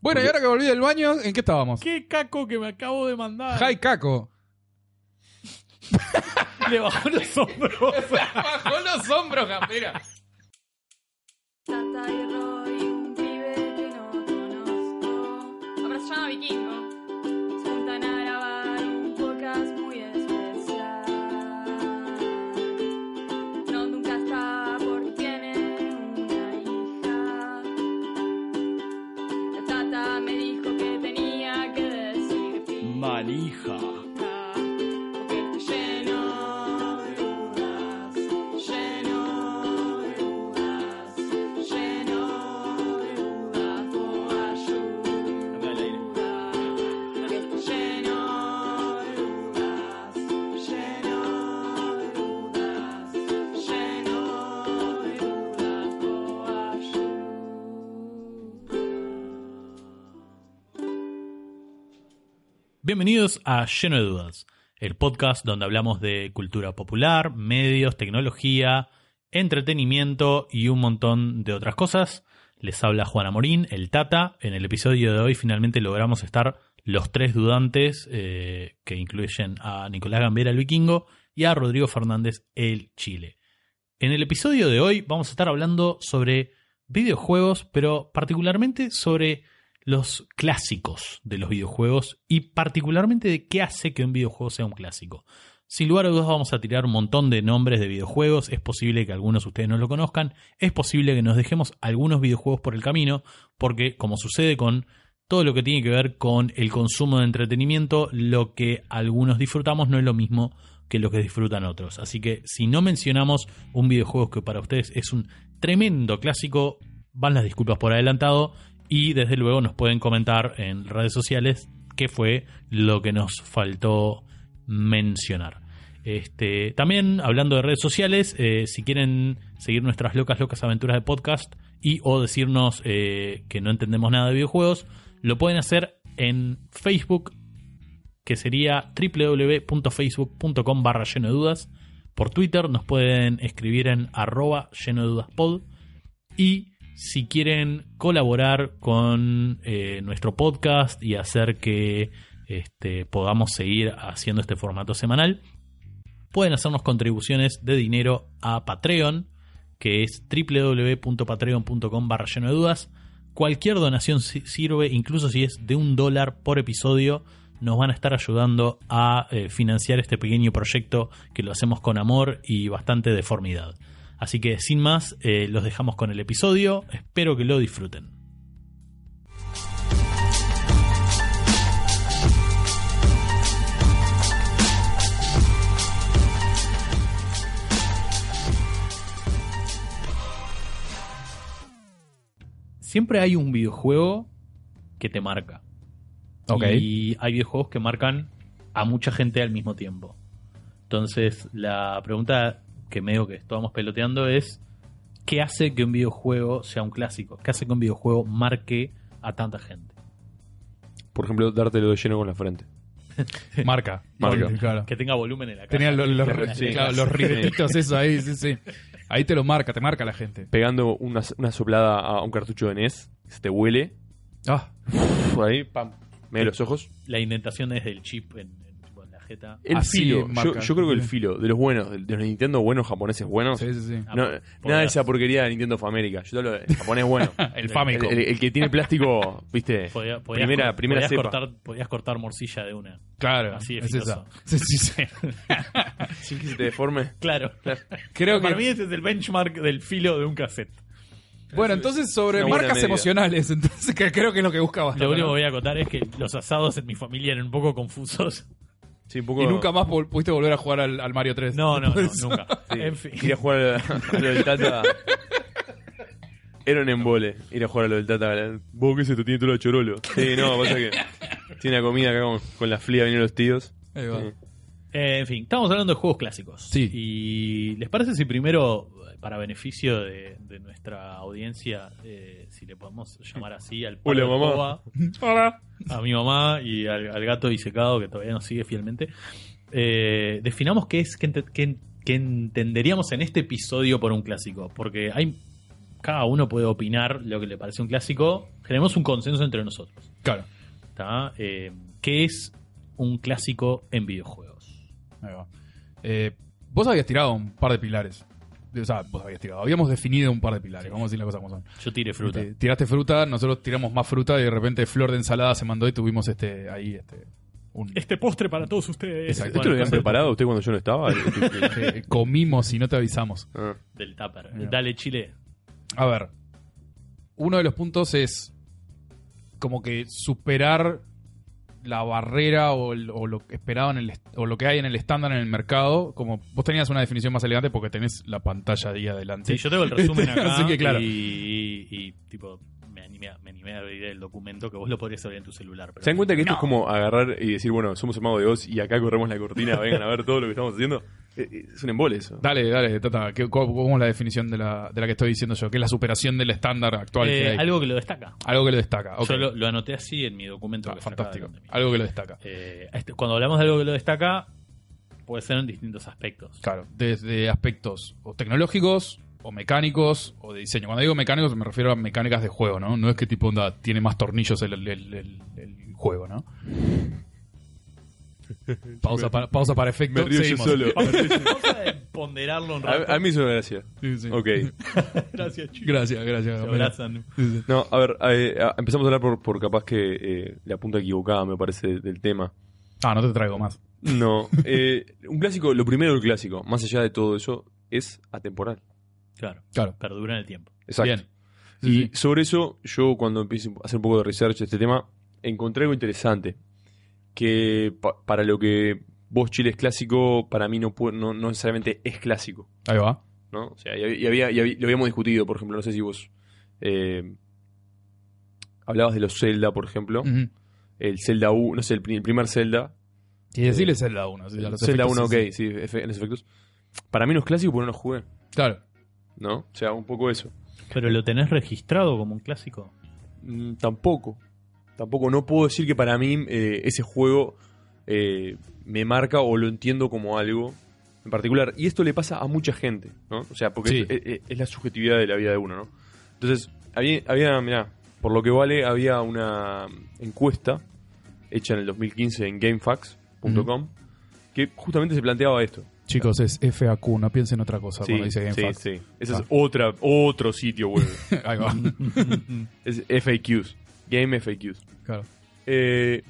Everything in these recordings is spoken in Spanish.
Bueno, y ahora que volví del baño, ¿en qué estábamos? Qué caco que me acabo de mandar. Hi, Caco. Le bajó los hombros. Bajó los hombros, campera. Tata y Roy, un pibe que no conozco. Ahora se llama Vikingo. Se juntan a grabar un podcast muy especial. No, nunca está porque tienen una hija. La tata me dijo que tenía que decir pija. Manija. Porque estoy lleno de dudas, lleno de dudas, lleno de dudas, no ayuda. Dame al aire. Porque estoy lleno de dudas, lleno de dudas, lleno de dudas, no ayuda. Bienvenidos a Lleno de Dudas, el podcast donde hablamos de cultura popular, medios, tecnología, entretenimiento y un montón de otras cosas. Les habla Juana Morín, el Tata. En el episodio de hoy finalmente logramos estar los tres dudantes, eh, que incluyen a Nicolás Gambera, el vikingo, y a Rodrigo Fernández, el Chile. En el episodio de hoy vamos a estar hablando sobre videojuegos, pero particularmente sobre los clásicos de los videojuegos y particularmente de qué hace que un videojuego sea un clásico. Sin lugar a dudas vamos a tirar un montón de nombres de videojuegos, es posible que algunos de ustedes no lo conozcan, es posible que nos dejemos algunos videojuegos por el camino, porque como sucede con todo lo que tiene que ver con el consumo de entretenimiento, lo que algunos disfrutamos no es lo mismo que lo que disfrutan otros. Así que si no mencionamos un videojuego que para ustedes es un tremendo clásico, van las disculpas por adelantado y desde luego nos pueden comentar en redes sociales qué fue lo que nos faltó mencionar. Este, también hablando de redes sociales, eh, si quieren seguir nuestras locas, locas aventuras de podcast y o decirnos eh, que no entendemos nada de videojuegos, lo pueden hacer en Facebook, que sería www.facebook.com barra lleno de dudas. Por Twitter nos pueden escribir en arroba lleno de dudas pod. Y si quieren colaborar con eh, nuestro podcast y hacer que este, podamos seguir haciendo este formato semanal, pueden hacernos contribuciones de dinero a Patreon, que es www.patreon.com barra lleno de dudas. Cualquier donación si- sirve, incluso si es de un dólar por episodio, nos van a estar ayudando a eh, financiar este pequeño proyecto que lo hacemos con amor y bastante deformidad. Así que sin más, eh, los dejamos con el episodio, espero que lo disfruten. Siempre hay un videojuego que te marca. Ok. Y hay videojuegos que marcan a mucha gente al mismo tiempo. Entonces, la pregunta que medio que estábamos peloteando es: ¿qué hace que un videojuego sea un clásico? ¿Qué hace que un videojuego marque a tanta gente? Por ejemplo, dártelo de lleno con la frente. Marca. Marca. Porque, Claro. Que tenga volumen en la cara. Tenía los, los, Sí. claro, los ribetitos eso ahí, sí, sí. Ahí te lo marca, te marca la gente. Pegando una, una soplada a un cartucho de NES, que se te huele. Ah, Por ahí, pam, medio los ojos. La indentación es del chip en, en- tipo en la jeta. El Así filo. Yo, marca. yo creo que el filo, de los buenos, de los Nintendo buenos, japoneses buenos. sí, sí, sí. Ah, No, por- por nada de las- esa porquería de Nintendo of America. Yo te hablo de japonés bueno. El el, Famicom. el- el que tiene plástico, viste. Podía- podías primera- cor- primera podías cepa. cortar, podías cortar morcilla de una. Claro, Así de es esa. filoso. Sí, sí, sí. Sin que se te deforme. Claro. Creo Para que mí ese es el benchmark del filo de un cassette. Bueno, entonces sobre Una buena marcas medida. emocionales, entonces que creo que es lo que buscabas. Lo único ¿no? que voy a contar es que los asados en mi familia eran un poco confusos. Sí, un poco. Y nunca más vol- pudiste volver a jugar al, al Mario 3. No, no, Por no, eso. nunca. Sí, En fin. Ir a jugar a, a lo del Tata. Era un embole ir a jugar a lo del Tata. Vos que se te tiene todo el chorolo. Sí, no, pasa que. Tiene una comida acá con, con la fría, vienen los tíos. Ahí va. Sí. Eh, en fin, estamos hablando de juegos clásicos. Sí. ¿Y les parece si primero, para beneficio de, de nuestra audiencia, eh, si le podemos llamar así al palo Hola, de mamá. escoba, Hola. a mi mamá y al, al gato disecado que todavía nos sigue fielmente, eh, definamos qué es que, entenderíamos en este episodio por un clásico? Porque hay cada uno puede opinar lo que le parece un clásico. Generemos un consenso entre nosotros. Claro. ¿tá? Eh, ¿Qué es un clásico en videojuegos? Ahí va. Eh, vos habías tirado un par de pilares. O sea, vos habías tirado. Habíamos definido un par de pilares. Vamos a decir las cosas como son. Yo tiré fruta. Este, tiraste fruta, nosotros tiramos más fruta y de repente flor de ensalada se mandó y tuvimos este ahí este un- Este postre para todos ustedes. Este Exacto. Este ¿Esto lo habían concepto. preparado usted cuando yo no estaba? eh, comimos y no te avisamos. Ah. Del tupper. Mira. Dale, Chile. A ver, uno de los puntos es como que superar la barrera o, el- o lo esperado en el est- o lo que hay en el estándar en el mercado. Como vos tenías una definición más elegante porque tenés la pantalla ahí adelante. Sí, yo tengo el resumen Este, acá. así que claro. Y, y, tipo, me animé, a- me animé a abrir el documento que vos lo podrías abrir en tu celular. Pero ¿Se dan cuenta que esto es como agarrar y decir, bueno, somos el mago de Oz y acá corremos la cortina, vengan a ver todo lo que estamos haciendo? Eh, eh, Es un embole eso. Dale, dale, Tata, ¿qué- ¿cómo cómo es la definición de la, de la que estoy diciendo yo? Que es la superación del estándar actual. que Eh, hay. algo que lo destaca. Algo que lo destaca. ok. Yo lo, lo anoté así en mi documento. Ah, que está acá fantástico. delante mío. Algo que lo destaca. Eh, este- cuando hablamos de algo que lo destaca, puede ser en distintos aspectos. Claro, desde aspectos o tecnológicos o mecánicos o de diseño. Cuando digo mecánicos me refiero a mecánicas de juego, ¿no? No es que tipo onda tiene más tornillos el, el- el- el- el juego, ¿no? Pausa para, pausa para efecto. Me río yo Seguimos. solo. Cosa de ponderarlo un rato. A, a mí se me gracia. Sí, sí. Ok. Gracias, chicos. Gracias, gracias. Se Mira. abrazan. Sí, sí. No, a ver, eh, a- empezamos a hablar por, por capaz que eh, la punta equivocada, me parece, del tema. Ah, no te traigo más. No. eh, un clásico, lo primero del clásico, más allá de todo eso, es atemporal. Claro, Claro. perdura en el tiempo. Exacto. Bien. Y Sí, sí. sobre eso, yo cuando empecé a hacer un poco de research de este tema, encontré algo interesante. Que pa- para lo que vos Chile es clásico, para mí no, pu- no, no necesariamente es clásico. Ahí va. ¿no? O sea, y, hab- y había, y habí- lo habíamos discutido, por ejemplo, no sé si vos eh, hablabas de los Zelda, por ejemplo. Ujú. El Zelda 1, no sé, el, pri- el primer Zelda. Y decirle Zelda 1. sí, a El los Zelda efectos, 1, sí, ok, sí, efe- en los efectos. Para mí no es clásico porque no lo jugué, sí. Claro. ¿no? O sea, un poco eso. Pero lo tenés registrado como un clásico. Mm, tampoco. Tampoco. No puedo decir que para mí eh, ese juego eh, me marca o lo entiendo como algo en particular. Y esto le pasa a mucha gente, ¿no? O sea, porque Sí. es, eh, es- es la subjetividad de la vida de uno, ¿no? Entonces, había, había mirá, por lo que vale, había una encuesta hecha en el 2015 en gamefax.com que justamente se planteaba esto. Chicos, es FAQ, no piensen otra cosa Sí, cuando dice Game sí, Fact. sí. Ese Ah. es otra, otro sitio web. Ahí va. es FAQs. Game FAQs. Claro. Eh,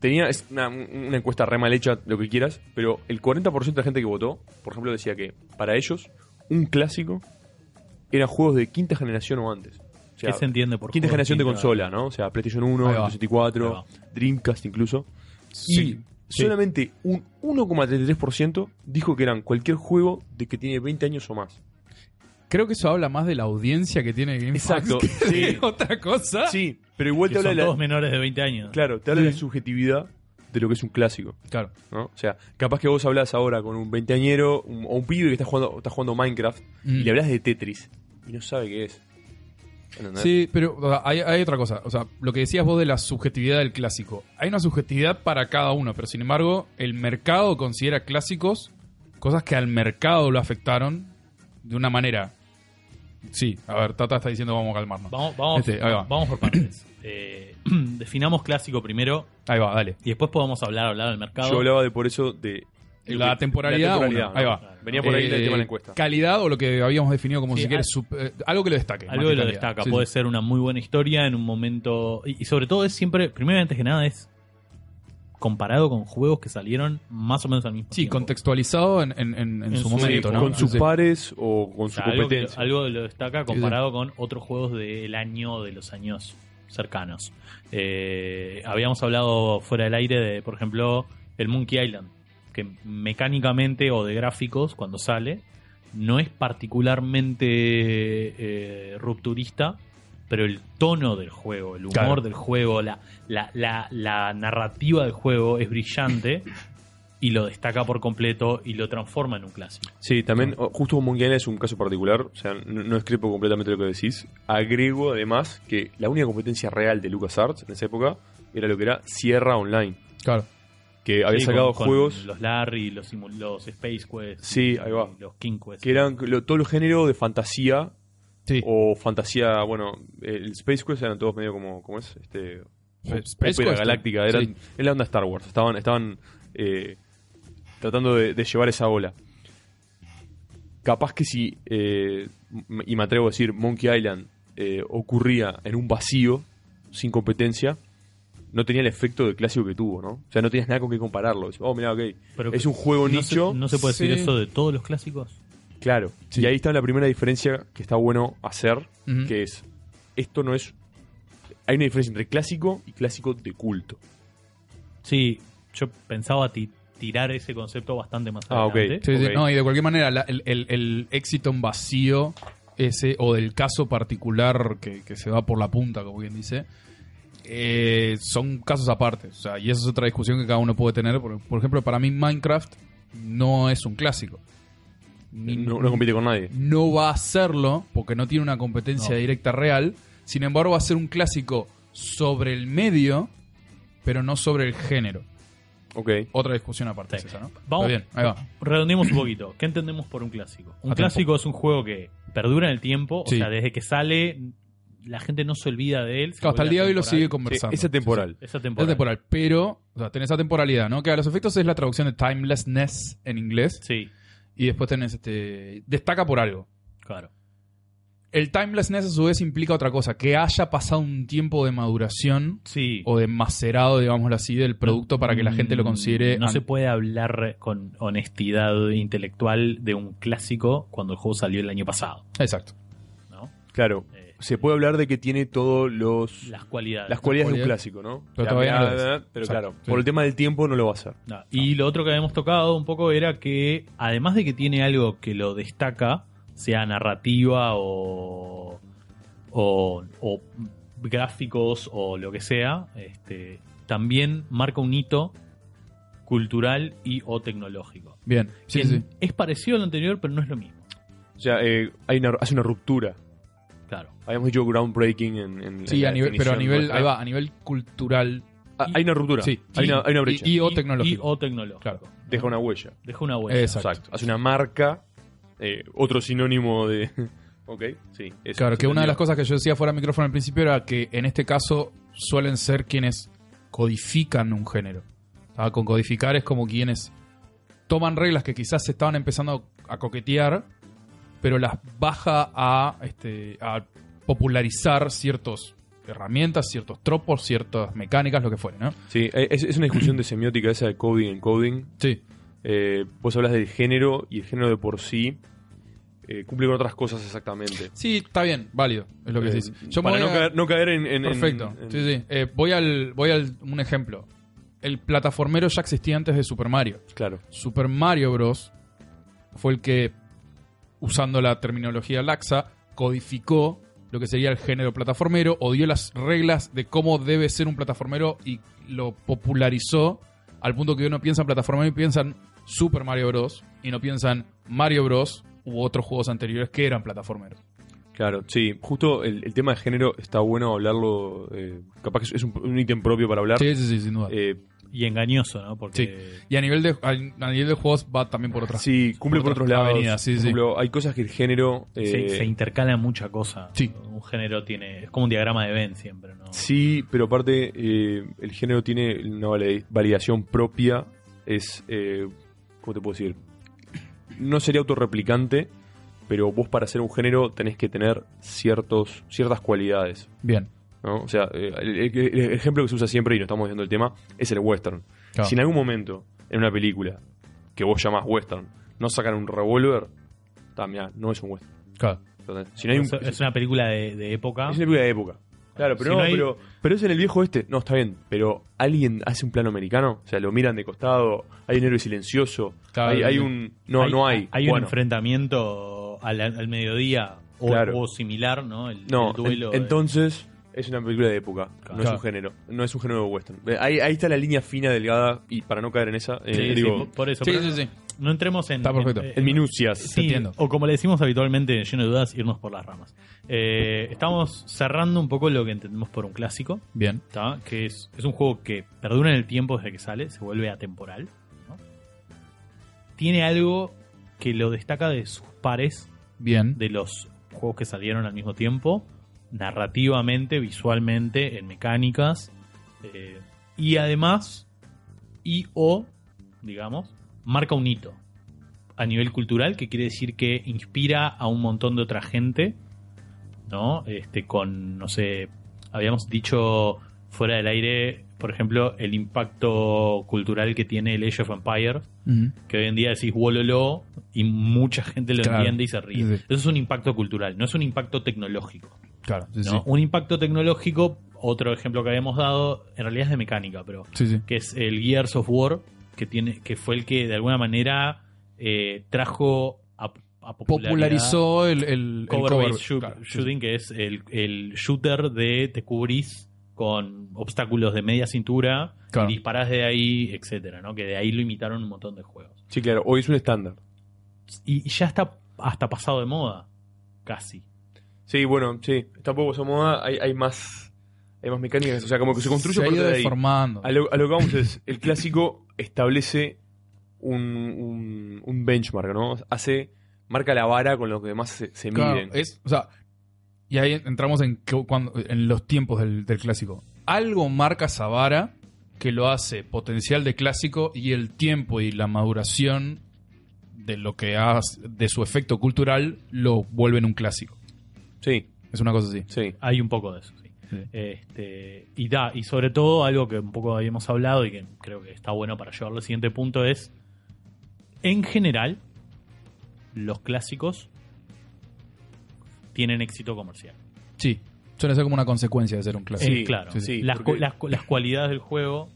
tenía es una, una encuesta re mal hecha, lo que quieras, pero el 40% de la gente que votó, por ejemplo, decía que para ellos un clásico era juegos de quinta generación o antes. O sea, ¿Qué se entiende por quinta juego generación de quinta? consola, ¿no? O sea, PlayStation Ahí 1, va. 64, Dreamcast incluso. Sí. Y solamente un 1,33% dijo que eran cualquier juego de que tiene 20 años o más. Creo que eso habla más de la audiencia que tiene Game Exacto, Facts que de sí. otra cosa. Sí, pero igual Que te habla son de la, todos menores de 20 años. claro, te habla de la subjetividad de lo que es un clásico. Claro. ¿no? O sea, capaz que vos hablas ahora con un veinteañero un- o un pibe que está jugando, está jugando Minecraft Mm. y le hablas de Tetris y no sabe qué es. ¿Entendés? Sí, pero o sea, hay, hay otra cosa. O sea, lo que decías vos de la subjetividad del clásico. Hay una subjetividad para cada uno, pero sin embargo, el mercado considera clásicos cosas que al mercado lo afectaron de una manera. Sí, a ver, Tata está diciendo vamos a calmarnos. Vamos, vamos, Este, ahí va. vamos por partes. Eh, definamos clásico primero Ahí va, dale. y después podemos hablar, hablar al mercado. Yo hablaba de por eso de La temporalidad, temporalidad, uno. ¿no? Ahí va. Claro. Venía por ahí el Eh, tema de la encuesta. Calidad o lo que habíamos definido como Sí, si quieres al- sup- eh, algo que lo destaque. más Algo que lo calidad. destaca. Sí, sí. Puede ser una muy buena historia en un momento. Y, y sobre todo es siempre, primero y antes que nada, es comparado con juegos que salieron más o menos al mismo Sí, tiempo. contextualizado en, en- en- en En su su- momento, ¿no? Con sus Sí. pares o con O sea, su algo, que, competencia. algo que lo destaca sí. comparado con otros juegos del año, de los años cercanos. Eh, habíamos hablado fuera del aire de, por ejemplo, el Monkey Island, que mecánicamente o de gráficos, cuando sale, no es particularmente eh, rupturista, pero el tono del juego, el humor Claro. del juego, la, la, la, la narrativa del juego es brillante y lo destaca por completo y lo transforma en un clásico. Sí, también, o- justo Monkey Island es un caso particular, o sea, no, no discrepo completamente de lo que decís. Agrego además que la única competencia real de LucasArts en esa época era lo que era Sierra Online, Claro. que había Sí, sacado con- con juegos. Los Larry, los, simu- los Space Quest. Sí, ahí va. y Los King Quest. que eran lo- todo el género de fantasía Sí. O fantasía, bueno, el Space Quest eran todos medio como, ¿cómo es? Este, Fe- Space ópera Quest, galáctica, sí. eran, era la onda Star Wars, estaban, estaban eh, tratando de, de llevar esa ola. Capaz que si, eh, m- y me atrevo a decir, Monkey Island eh, ocurría en un vacío, sin competencia, no tenía el efecto del clásico que tuvo, ¿no? O sea, no tenías nada con qué compararlo. Dices, Oh, mira, ok, Pero es que- un juego no nicho. Se, no se puede decir Sí. eso de todos los clásicos. Claro. Y ahí está la primera diferencia que está bueno hacer, Ujú. que es, esto no es... Hay una diferencia entre clásico y clásico de culto. Sí, yo pensaba ti- tirar ese concepto bastante más Ah, ok. adelante. Sí, sí, Ok. no, y de cualquier manera, la- el, el- el éxito en vacío ese, o del caso particular que, que se va por la punta, como quien dice, eh, son casos aparte. O sea, y esa es otra discusión que cada uno puede tener. Por, por ejemplo, para mí Minecraft no es un clásico. Ni- No, no compite con nadie. no va a serlo porque no tiene una competencia No. directa real. Sin embargo, va a ser un clásico sobre el medio, pero no sobre el género. Ok. Otra discusión aparte Sí. es esa, ¿no? Está Vamos. bien, ahí va. Redondemos un poquito. ¿Qué entendemos por un clásico? Un A clásico es un juego que perdura en el tiempo, o Sí. sea, desde que sale, la gente no se olvida de él. se Claro, hasta el vuelve día de hoy lo atemporal. sigue conversando. Sí, es atemporal. Esa temporada. Es temporal, pero o sea, tenés esa temporalidad, ¿no? Que a los efectos es la traducción de timelessness en inglés. Sí, Y después tenés este. Destaca por algo. claro. El timelessness a su vez implica otra cosa, que haya pasado un tiempo de maduración Sí. o de macerado, digámoslo así, del producto para que la gente lo Mm, considere. No an- se puede hablar con honestidad intelectual de un clásico cuando el juego salió el año pasado, Exacto. ¿no? Claro. Eh, Se puede hablar de que tiene todos los... las cualidades. Las cualidades de un cualidades. clásico, ¿no? Pero La todavía no lo mirada, es. pero Exacto, claro, sí. por el tema del tiempo no lo va a hacer. No, Y lo otro que habíamos tocado un poco era que, además de que tiene algo que lo destaca, sea narrativa o, o, o gráficos o lo que sea, este, también marca un hito cultural y o tecnológico. Bien. Sí, Que sí. sí. Es parecido al anterior, pero no es lo mismo. O sea, eh, hay una, hace una ruptura. Claro. Habíamos dicho groundbreaking en... en- en Sí, la a nivel, pero a definición nivel, nuestra. ahí va, a nivel cultural. Ah, Hay una ruptura. Sí. Hay, Y- una, hay una brecha. Y, y o Y- tecnología. Y o tecnológico. Claro. Deja una huella. Deja una huella. Exacto. Hace una marca, eh, otro sinónimo de... ok, sí. eso, Claro, se que una de entendió. las cosas que yo decía fuera de micrófono al principio era que en este caso suelen ser quienes codifican un género. Ah, Con codificar es como quienes toman reglas que quizás se estaban empezando a coquetear, pero las baja a, este, a popularizar ciertas herramientas, ciertos tropos, ciertas mecánicas, lo que fuere, ¿no? Sí, eh, es, es una discusión de semiótica esa de coding en coding. Sí, Eh, vos hablas del género y el género de por sí eh, cumple con otras cosas exactamente. sí, está bien, válido, es lo que Eh, se dice. Yo me para voy no, a- caer, no caer en... en- Perfecto. en- Sí, sí. Eh, voy al, voy al un ejemplo. El plataformero ya existía antes de Super Mario. Claro. Super Mario Bros. fue el que, usando la terminología laxa, codificó lo que sería el género plataformero o dio las reglas de cómo debe ser un plataformero y lo popularizó al punto que uno piensa en plataformero y piensan Super Mario Bros. y no piensan Mario Bros. u otros juegos anteriores que eran plataformeros. Claro, sí. Justo el, el tema de género está bueno hablarlo. eh, capaz que es un, un ítem propio para hablar. Sí, sí, sí, sin duda. Eh, Y engañoso, ¿no? Porque Y a nivel de a, a nivel de juegos va también por otras. sí, cumple por, por otros otras lados. avenidas, sí, Por sí. ejemplo, Hay cosas que el género. eh, se, se intercala mucha cosa. Sí. Un género tiene. Es como un diagrama de Venn siempre, ¿no? Sí, pero aparte eh, el género tiene una vali- validación propia, es, eh, ¿cómo te puedo decir? No sería autorreplicante, pero vos para ser un género tenés que tener ciertos, ciertas cualidades. Bien. ¿no? O sea, eh, el, el- el ejemplo que se usa siempre, y no estamos viendo el tema, es el western. Claro. Si en algún momento, en una película que vos llamás western, no sacan un revólver, ta, mirá, no es un western. Claro. ¿entendés? Si no hay un- es, es una película de, de época. es una película de época. Claro, pero ¿Ah? Si no, no hay- pero, pero es en el viejo este. No, está bien. Pero alguien hace un plano americano. O sea, lo miran de costado. Hay un héroe silencioso. Claro, hay, hay sí. un. No, no hay. Hay Bueno, un enfrentamiento al, al mediodía o, Claro. o similar, ¿no? El, No, el duelo. en- entonces. Es una película de época, no es un Claro. género, no es un género de western. Eh, Ahí, ahí está la línea fina, delgada, y para no caer en esa, eh, Sí, sí, digo, por- por eso. Sí, pero sí, no- sí. No entremos en. Está perfecto. en- en minucias. Sí, entiendo. o como le decimos habitualmente, lleno de dudas, irnos por las ramas. Eh, estamos cerrando un poco lo que entendemos por un clásico. Bien. ¿tá? que es, es un juego que perdura en el tiempo desde que sale, se vuelve atemporal. ¿no? Tiene algo que lo destaca de sus pares, Bien. de los juegos que salieron al mismo tiempo, narrativamente, visualmente, en mecánicas, eh, y además, y o, digamos, marca un hito a nivel cultural, que quiere decir que inspira a un montón de otra gente, ¿no? Este, con, no sé, habíamos dicho fuera del aire, por ejemplo, el impacto cultural que tiene el Age of Empire, que hoy en día decís wololo y mucha gente lo Claro. entiende y se ríe. Sí, sí. Eso es un impacto cultural, no es un impacto tecnológico. Claro, sí, ¿no? Un impacto tecnológico, otro ejemplo que habíamos dado, en realidad es de mecánica, pero sí. Sí, sí. que es el Gears of War, que, tiene, que fue el que de alguna manera eh, trajo a, a popularidad Popularizó el, el, el cover, cover, based shoot- claro, sí, sí. shooting, que es el, el shooter de te cubrís con obstáculos de media cintura, Claro. y disparás de ahí, etcétera, ¿no? Que de ahí lo imitaron un montón de juegos. Sí, claro, hoy es un estándar. y ya está hasta pasado de moda, casi. Sí, bueno, sí. Tampoco esa moda, hay, hay más hay más mecánicas. O sea, como que se construye se a ha partir ido de ahí. deformando. A lo, a lo que vamos es, el clásico establece un, un, un benchmark, ¿no? Hace, marca la vara con lo que demás se, se Claro, eh. miden. es, o sea, y ahí entramos en, cu- cuando- en los tiempos del, del clásico. Algo marca esa vara que lo hace potencial de clásico y el tiempo y la maduración de lo que hace, de su efecto cultural lo vuelven un clásico. Sí, Es una cosa así. sí. Hay un poco de eso, sí. Sí. Este, y da, y sobre todo algo que un poco habíamos hablado y que creo que está bueno para llevarlo al siguiente punto es, en general, los clásicos tienen éxito comercial. Sí, suele ser como una consecuencia de ser un clásico. Sí, Eh, claro, sí, sí, las, porque- cu- las cu- las cualidades del juego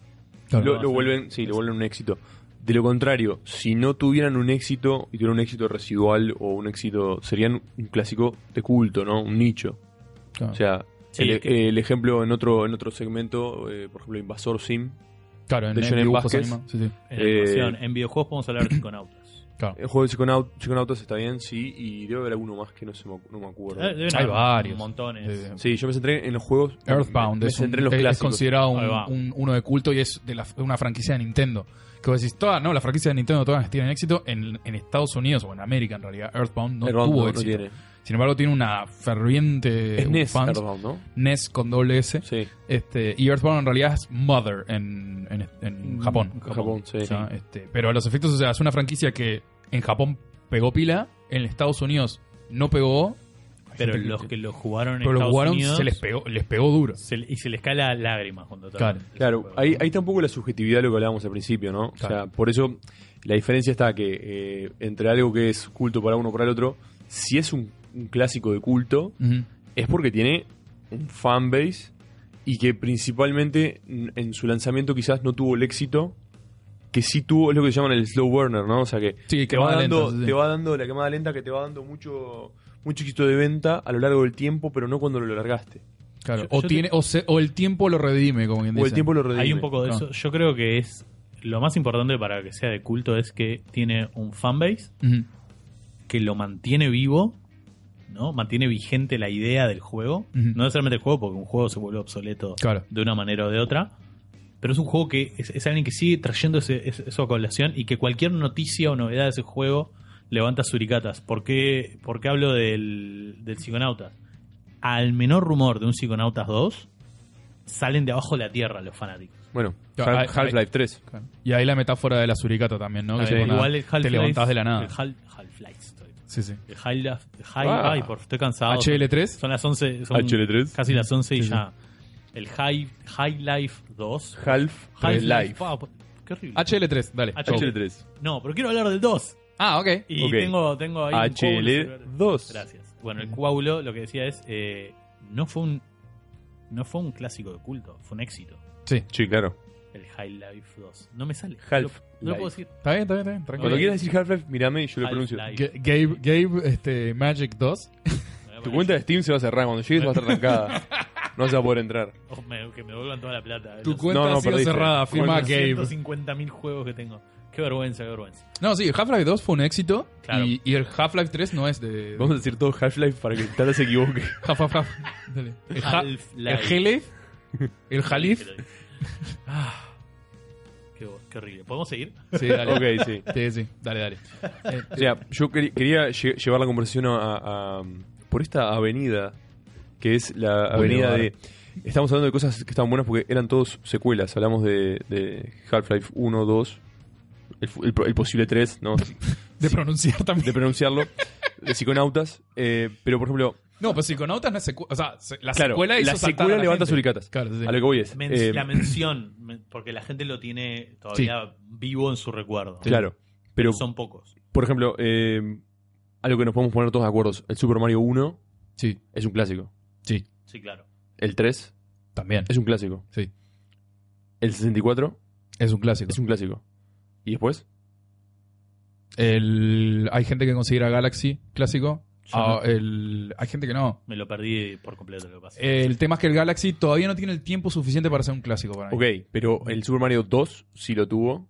Claro. Lo, no, lo sí. vuelven, sí, lo vuelven un éxito. De lo contrario, si no tuvieran un éxito y tuvieran un éxito residual o un éxito, serían un clásico de culto, ¿no? Un nicho. Claro. O sea, Sí, el, es que- el ejemplo en otro en otro segmento, eh, por ejemplo, Invasor Sim, Claro, en, de en Johnny dibujos Vázquez. animados, sí, sí. en Eh, animación. En videojuegos podemos hablar de psiconautas. Claro. el juego de Psiconaut- Psiconautas está bien, sí, y debe haber alguno más que no, se me, acu- no me acuerdo. Eh, deben Hay haber varios. Montones. Eh, Sí, yo me centré en los juegos. Earthbound me, me es, un- centré en los es- es clásicos. considerado un- Ahí va. un- uno de culto y es de la- una franquicia de Nintendo. Que vos decís, todas, no, las franquicias de Nintendo todas tienen éxito en, en Estados Unidos o en América en realidad. Earthbound no Earthbound tuvo no éxito. tiene. Sin embargo, tiene una ferviente Es NES fans. Earthbound, ¿no? NES con doble S. Sí, Este, y Earthbound en realidad es Mother en, en- en Japón. Mm, Japón, sí. ¿no? Este, pero a los efectos, o sea, es una franquicia que en Japón pegó pila, en Estados Unidos no pegó. Hay Pero gente los que lo jugaron en pero los Estados jugaron Unidos, se les pegó, les pegó duro. se le- y se les cae la lágrima cuando Claro. tocan ese Claro, juego. ahí, ahí tampoco la subjetividad de lo que hablábamos al principio, ¿no? O sea, Claro. por eso la diferencia está que eh, entre algo que es culto para uno o para el otro, si es un, un clásico de culto, Ujú. es porque tiene un fanbase y que principalmente n- en su lanzamiento quizás no tuvo el éxito que sí tuvo, es lo que llaman el slow burner, ¿no? O sea que Sí, te quemada va, dando, lenta, sí, sí. te va dando la quemada lenta que te va dando mucho, mucho éxito de venta a lo largo del tiempo, pero no cuando lo largaste. Claro, Yo- o, yo te- tiene, o, se- o el tiempo lo redime, como quien O dice. el tiempo lo redime. Hay un poco de No. eso. Yo creo que es lo más importante para que sea de culto es que tiene un fanbase Ujú. que lo mantiene vivo, ¿no? Mantiene vigente la idea del juego. Ujú. No necesariamente el juego, porque un juego se vuelve obsoleto Claro. de una manera o de otra. Pero es un juego que es, es alguien que sigue trayendo ese- es- eso a colación y que cualquier noticia o novedad de ese juego levanta suricatas. ¿Por qué, por qué hablo del, del Psiconautas? Al menor rumor de un Psiconautas 2, salen de abajo de la tierra los fanáticos. Bueno, Claro, Half- hay- Half-Life 3. Claro. Y ahí la metáfora de la suricata también, ¿no? Que Está se bien. pone a- Igual el Half-Life. te levantás de la nada. El Hal- Half-Life. estoy- Sí, sí. El Half-Life. Ah. Ay, por- estoy cansado. HL3. Son las 11. son HL3. Casi las 11 y Sí, sí. ya. El High, High Life 2. Half-Life. pa, pa- qué Ah, horrible. HL3, dale. HL3. no, pero quiero hablar del 2. Ah, ok. Y Ok. Ah, tengo, tengo ahí. un coágulo. HL2. Gracias. Bueno, el coágulo lo que decía es. eh, no fue un. No fue un clásico de culto, fue un éxito. Sí. Sí, claro. El High Life 2. No me sale. Half-Life. No lo puedo decir. Está bien, está bien, está bien. Cuando Tranquilo. Ok. quieras decir Half-Life, mirame y yo lo pronuncio. Half-Life. Ga- Gabe, Gabe este, Magic 2. Tu cuenta de Steam se va a cerrar. Cuando llegues va a estar trancada. No vas a poder entrar. Oh, me- que me devuelvan toda la plata. Tu Los cuenta no, ha sido perdiste. cerrada, firma Gabe. 150.000 juegos que tengo. Qué vergüenza, qué vergüenza. No, sí, Half-Life 2 fue un éxito. Claro. Y, y el Half-Life 3 no es de. Vamos a decir todo Half-Life para que tal se equivoque. Half, half, half. Dale. El Ha- Half-Life. el Half-Life. El Halif. Ah, qué, bo- qué horrible. ¿Podemos seguir? Sí, dale. ok, sí. Sí, sí. Dale, Eh, dale. O sea, yo queri- quería lle- llevar la conversación a, a- por esta avenida, que es la avenida de... Estamos hablando de cosas que estaban buenas porque eran todos secuelas. Hablamos de, de Half-Life 1, 2, el, fu- el pro- el posible 3, ¿no? De pronunciar también. de pronunciarlo, de psiconautas. eh, pero, por ejemplo, No, pues Psiconautas no es secuela. O sea, se- la Claro, secuela hizo la saltar secuela a la levanta gente. suricatas. Claro, sí. a lo que voy es... Men- eh, la mención, men- porque la gente lo tiene todavía vivo en su recuerdo. claro, pero... Son pocos. Por ejemplo, eh, algo que nos podemos poner todos de acuerdo, el Super Mario 1 Sí, es un clásico. sí, Sí, claro. El 3 también. es un clásico. Sí. El 64 Es un clásico. es un clásico. ¿Y después? El, hay gente que considera Galaxy clásico. Yo Ah, no- el, hay gente que no. me lo perdí por completo. Lo que pasa. El tema es que el Galaxy todavía no tiene el tiempo suficiente para ser un clásico para mí. Ok, pero el Super Mario 2 sí lo tuvo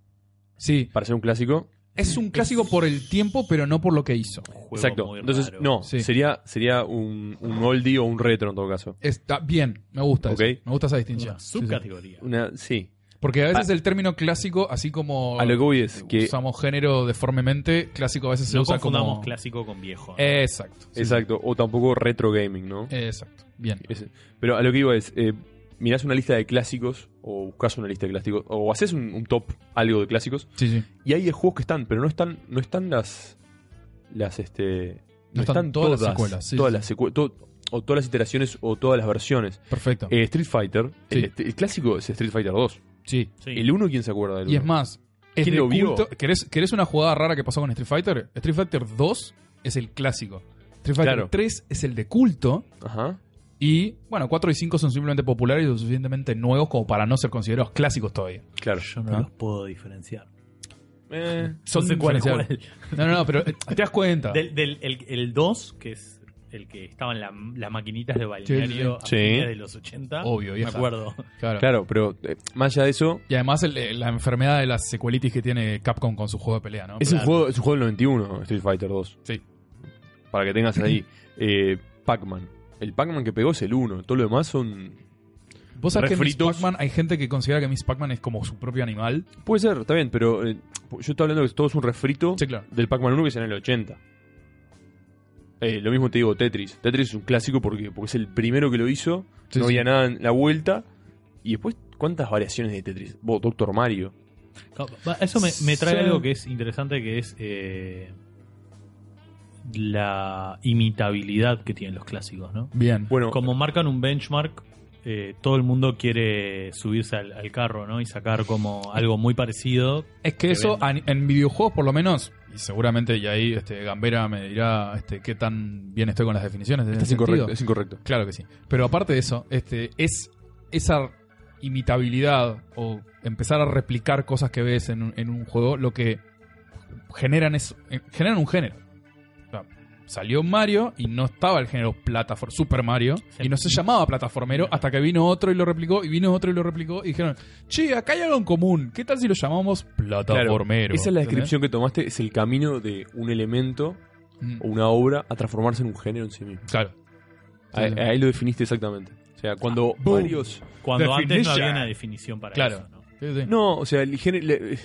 Sí, para ser un clásico. es un clásico por el tiempo, pero no por lo que hizo. Un juego Exacto. muy Entonces, raro. no, Sí. sería, sería un, un oldie o un retro en todo caso. Está bien, me gusta Ok. eso. Me gusta esa distinción. Una Sí, sí. subcategoría. Una, sí. Porque a Ah. veces el término clásico, así como A lo que voy es que... usamos género deformemente, clásico a veces se No usa confundamos como. clásico con viejo. Eh, Exacto. sí, Eh. Exacto, o tampoco retro gaming, ¿no? sí, Exacto. Bien. Ese. Pero a lo que iba es, eh, mirás una lista de clásicos, o buscas una lista de clásicos, o haces un, un top algo de clásicos, Sí, sí. y hay juegos que están, pero no están, no están las. las este. No están todas las secuelas, sí, todas sí. las secue- to- o todas las iteraciones o todas las versiones. Perfecto. Eh, Street Fighter, Ah. Sí. el, este- el clásico es Street Fighter 2. sí. Sí. El 1, ¿quién se acuerda del Y es uno? más, es ¿Quién de lo vio? culto- ¿Querés, querés una jugada rara que pasó con Street Fighter? Street Fighter 2 es el clásico. Street Fighter Claro. 3 es el de culto. Ajá. Y bueno, 4 y 5 son simplemente populares y lo suficientemente nuevos como para no ser considerados clásicos todavía. Claro. Yo no ¿no? los puedo diferenciar. Eh, Son No sé cuál es diferenciables. cuál. No, no, no, pero eh, te das cuenta. Del, del- el, el 2, que es el que estaba en la- las maquinitas de balneario Sí. a Sí. fines de los 80. Obvio, me vieja. acuerdo. Claro. claro, pero eh, más allá de eso, Y además el- eh, la enfermedad de la secuelitis que tiene Capcom con su juego de pelea, ¿no? es, un juego, es un juego del 91, Street Fighter 2. Sí. Para que tengas ahí. eh, Pac-Man. El Pac-Man que pegó es el 1. Todo lo demás son. Vos sabés que Miss refritos. Pac-Man, hay gente que considera que Miss Pac-Man es como su propio animal. Puede ser, está bien, pero eh, yo estoy hablando de que todo es un refrito Sí, claro. del Pac-Man 1 que es en el 80. Eh, lo mismo te digo Tetris. Tetris es un clásico porque, porque es el primero que lo hizo. Sí, no sí. había nada en la vuelta. Y después, ¿cuántas variaciones de Tetris? Vos, Doctor Mario. No, va, Eso me, me trae Sí. algo que es interesante, que es eh, la imitabilidad que tienen los clásicos, ¿no? Bien. Bueno, Como marcan un benchmark, eh, todo el mundo quiere subirse al, al carro, ¿no? Y sacar como algo muy parecido. Es que que eso an- en videojuegos por lo menos, y seguramente y ahí este, Gambera me dirá este, qué tan bien estoy con las definiciones. en estás ese sentido. incorrecto, es incorrecto. Claro que sí. Pero aparte de eso, este, es esa imitabilidad o empezar a replicar cosas que ves en un, en un juego lo que generan es eh, generan un género. O sea, salió Mario y no estaba el género plataforma Super Mario Sí. y no se llamaba plataformero hasta que vino otro y lo replicó y vino otro y lo replicó y dijeron, "Che, acá hay algo en común. ¿Qué tal si lo llamamos plataformero?" Esa es la ¿Entendés? descripción que tomaste, es el camino de un elemento Mm, o una obra a transformarse en un género en sí mismo. Claro. Sí, Ahí, sí. ahí lo definiste exactamente. O sea, cuando boom. varios Cuando antes no Definition. había una definición para Claro. eso, ¿no? Sí, sí. No, o sea, el género. le-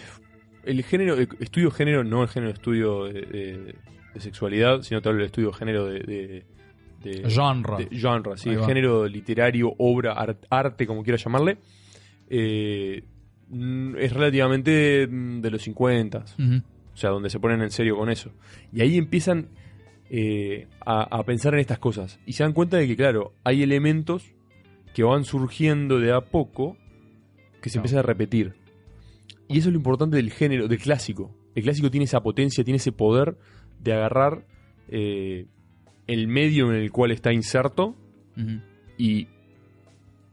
El género. el estudio género, no el género de estudio de, de- de sexualidad, sino tal el estudio género de. de, de- Genre. de genre, sí, Ahí el va. género literario, obra, ar- arte, como quiera llamarle. eh, mm, es relativamente mm, de los 50, Ujú. o sea, donde se ponen en serio con eso. Y ahí empiezan eh, a, a pensar en estas cosas. Y se dan cuenta de que, claro, hay elementos que van surgiendo de a poco que se Claro. empiezan a repetir. Y eso es lo importante del género, del clásico. El clásico tiene esa potencia, tiene ese poder de agarrar eh, el medio en el cual está inserto Ujú. y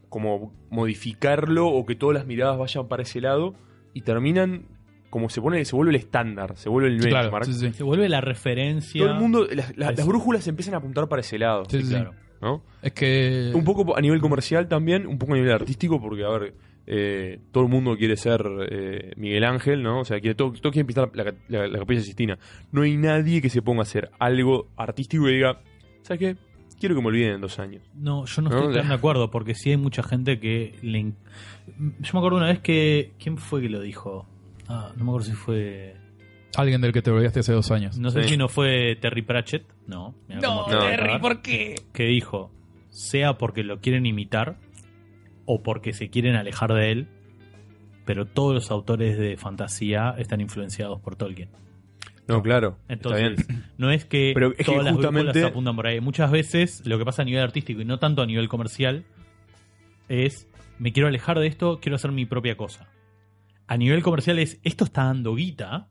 como modificarlo o que todas las miradas vayan para ese lado y terminan como se pone, se vuelve el estándar, se vuelve el benchmark. Claro, sí, sí. Se vuelve la referencia. Todo el mundo, las, las- Es- las brújulas empiezan a apuntar para ese lado, Sí, sí, sí. Claro. ¿no? Es que Un poco a nivel comercial también, un poco a nivel artístico, porque, a ver, eh, todo el mundo quiere ser eh, Miguel Ángel, ¿no? O sea, quiere, todos, todos quieren pintar la, la- la capilla Sistina. No hay nadie que se ponga a hacer algo artístico y diga, ¿sabes qué? Quiero que me olviden en dos años. No, yo no ¿No? estoy tan de acuerdo, porque sí hay mucha gente que le. en- Yo me acuerdo una vez que. ¿Quién fue que lo dijo? Ah, no me acuerdo si fue Alguien del que te olvidaste hace dos años. No sé Sí. si no fue Terry Pratchett. No. mirá cómo te No, voy a Terry, cagar. qué? Que dijo, sea porque lo quieren imitar o porque se quieren alejar de él, pero todos los autores de fantasía están influenciados por Tolkien. No, claro. Entonces, está bien. no es que Pero es que todas las justamente- películas apuntan por ahí. Muchas veces lo que pasa a nivel artístico y no tanto a nivel comercial es me quiero alejar de esto, quiero hacer mi propia cosa. A nivel comercial es esto está dando guita,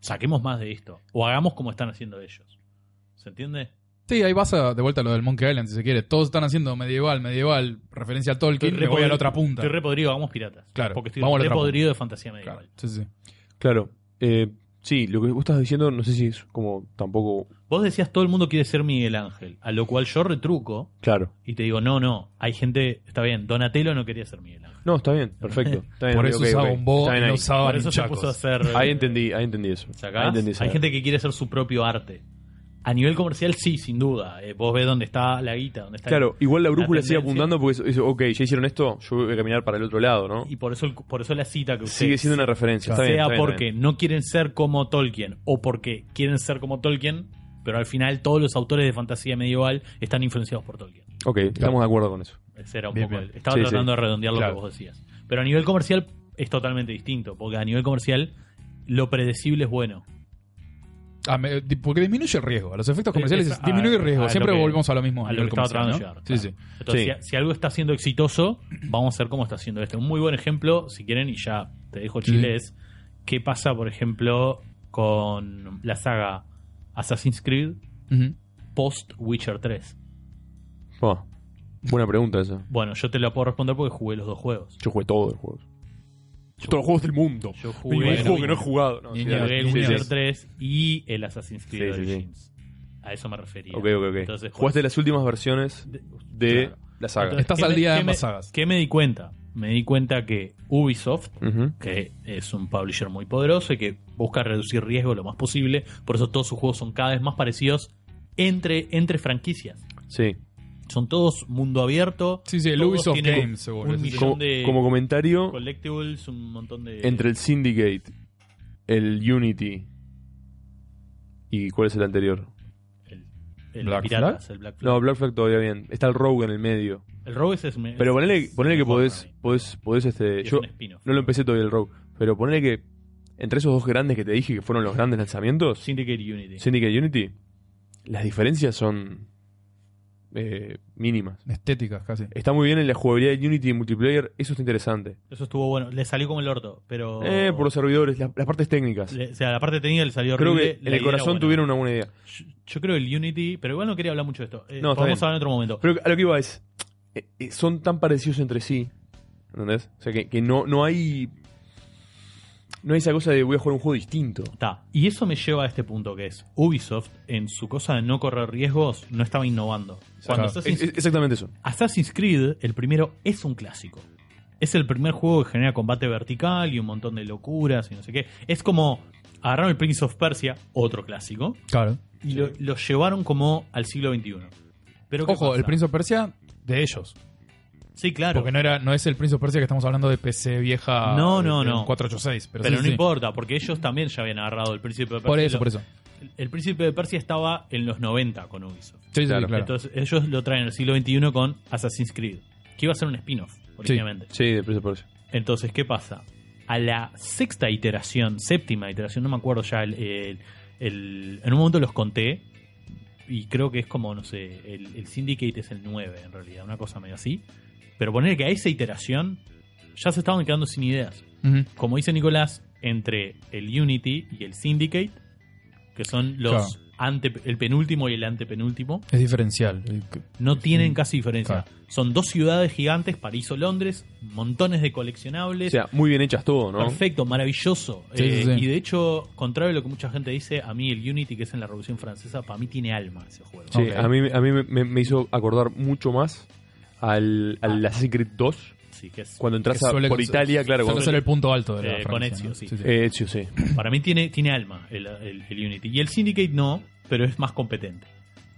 saquemos más de esto o hagamos como están haciendo ellos. ¿Se entiende? Sí, ahí vas a- de vuelta a lo del Monkey Island, si se quiere. Todos están haciendo medieval, medieval, referencia a Tolkien, me voy a la otra punta. Estoy re podrido, hagamos piratas. Claro, Porque estoy vamos a la re otra podrido de fantasía medieval. Claro, sí, sí. Claro. Eh, sí, lo que vos estás diciendo, no sé si es como tampoco. Vos decías todo el mundo quiere ser Miguel Ángel, a lo cual yo retruco Claro. y te digo, no, no, hay gente, está bien, Donatello no quería ser Miguel Ángel. No, está bien, perfecto. Está bien, Por ok, eso ok, usaba ok. un bo Está bien y no ahí. usaba Por eso se puso a ninchacos. hacer. Ahí entendí, ahí entendí eso. ¿Sacás? Ahí entendí esa- Hay gente que quiere hacer su propio arte. A nivel comercial, sí, sin duda. Eh, vos ves dónde está la guita, dónde está. el- Claro, igual la brújula sigue tendencia. apuntando porque eso- eso, ok, ya hicieron esto, yo voy a caminar para el otro lado, ¿no? Y por eso, el- por eso la cita que Sigue ustedes siendo una referencia. Está bien, sea está bien, está porque bien. no quieren ser como Tolkien o porque quieren ser como Tolkien, pero al final todos los autores de fantasía medieval están influenciados por Tolkien. Ok, estamos de acuerdo con eso. Ese era un Bien, poco bien. el- Estaba Sí, tratando sí. de redondear lo Claro. que vos decías. Pero a nivel comercial es totalmente distinto, porque a nivel comercial lo predecible es bueno. Ah, me- di- porque disminuye el riesgo. A los efectos comerciales Esa- disminuye el a- riesgo. a Siempre lo que- volvemos a lo mismo. a a lo nivel que estaba comercial, tratando ¿no? de llegar, Sí, sí. Entonces, Sí. si, si algo está siendo exitoso, vamos a ver cómo está haciendo esto. Un muy buen ejemplo, si quieren, y ya te dejo el Sí. chile, es qué pasa, por ejemplo, con la saga Assassin's Creed Ujú. post Witcher 3. Ah, buena pregunta esa. Bueno, yo te la puedo responder porque jugué los dos juegos. Yo jugué todos los juegos. Todos los juegos del mundo. Yo jugué, Ningún bueno, juego que no he jugado. No, Niño, sí, dale. jugué el Sí, Witcher sí. 3 y el Assassin's Creed Sí, sí, sí. Origins. A eso me refería. Ok, ok, ok. Entonces, Jugaste las últimas versiones De- de claro. la saga. Entonces, Estás ¿qué al me- día de qué ambas me- sagas. ¿Qué me di cuenta? Me di cuenta que Ubisoft Ujú. que es un publisher muy poderoso y que busca reducir riesgo lo más posible. Por eso todos sus juegos son cada vez más parecidos entre, entre franquicias. Sí. Son todos mundo abierto. Sí, sí, el todos Ubisoft tienen Games, seguro, sí, Un sí. millón Como, de eh, como comentario, collectibles, un montón de. entre el Syndicate, el Unity y ¿cuál es el anterior? el, el Black Piratas, el Black Flag. No, Black Flag todavía bien. Está el Rogue en el medio. el Rogue es. es- Pero ponele, es ponele que mejor podés, para mí. podés, podés este. Y es Yo un spin-off. no lo empecé todavía el Rogue, pero ponele que entre esos dos grandes que te dije que fueron los grandes lanzamientos, Syndicate Unity. Syndicate y Unity, las diferencias son eh, mínimas. Estéticas casi. Está muy bien en la jugabilidad de Unity y multiplayer, eso está interesante. Eso estuvo bueno. Le salió como el orto, pero. Eh, por los servidores, la- las partes técnicas. le- o sea, la parte técnica le salió Creo horrible. la que en idea el era corazón buena. tuvieron una buena idea. Yo, yo creo el Unity, pero igual no quería hablar mucho de esto. Eh, No, está podemos bien. hablar en otro momento. Pero a lo que iba es, eh, eh, son tan parecidos entre sí, ¿entendés? O sea, que, que no, no hay... No hay esa cosa de voy a jugar un juego distinto. Ta, Y eso me lleva a este punto que es Ubisoft en su cosa de no correr riesgos no estaba innovando. Cuando Claro. Assassin's, Es- es exactamente eso. Assassin's Creed, el primero, es un clásico. Es el primer juego que genera combate vertical y un montón de locuras y no sé qué. Es como agarraron el Prince of Persia, otro clásico, Claro. y lo, lo llevaron como al siglo XXI. Pero ¿qué Ojo, pasa? el Prince of Persia de ellos. Sí, claro. Porque no era, no es el Prince of Persia que estamos hablando de PC vieja. No, de- no, de no. 486. Pero, pero sí, no sí. importa, porque ellos también ya habían agarrado el Príncipe de Persia. Por y eso, lo- por eso. El Príncipe de Persia estaba en los 90 con Ubisoft. Sí, sí, Claro. claro. Entonces ellos lo traen al siglo XXI con Assassin's Creed, que iba a ser un spin-off, originalmente. Sí, de precio por eso. Entonces, ¿qué pasa? A la sexta iteración, séptima iteración, no me acuerdo ya, el, el- el- en un momento los conté y creo que es como, no sé, el, el Syndicate es el 9 en realidad, una cosa medio así. Pero poner que a esa iteración ya se estaban quedando sin ideas. Ujú. Como dice Nicolás, entre el Unity y el Syndicate, que son los ante, el penúltimo y el antepenúltimo, Es diferencial. Eh, que- no tienen Mm, casi diferencia. Son dos ciudades gigantes, París o Londres, montones de coleccionables. O sea, muy bien hechas todo, ¿no? Perfecto, maravilloso. Sí, Eh, sí, sí. Y de hecho, contrario a lo que mucha gente dice, a mí el Unity, que es en la Revolución Francesa, para mí tiene alma ese juego. Sí, Ok. a mí, a mí me, me- me hizo acordar mucho más al, al Assassin's Creed 2, Sí, que es- cuando entras que a- suele- por Italia, claro. Suele cuando- ser el punto alto de la Eh, franquicia, con Ezio, ¿no? sí. Eh, sí, sí. Para mí tiene, tiene alma el, el- el Unity. Y el Syndicate no, pero es más competente.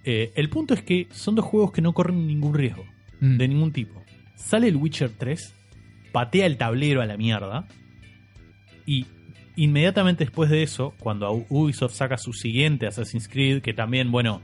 Eh, el punto es que son dos juegos que no corren ningún riesgo, Mm. de ningún tipo. Sale el Witcher 3, patea el tablero a la mierda y inmediatamente después de eso, cuando Ubisoft saca su siguiente Assassin's Creed, que también, bueno,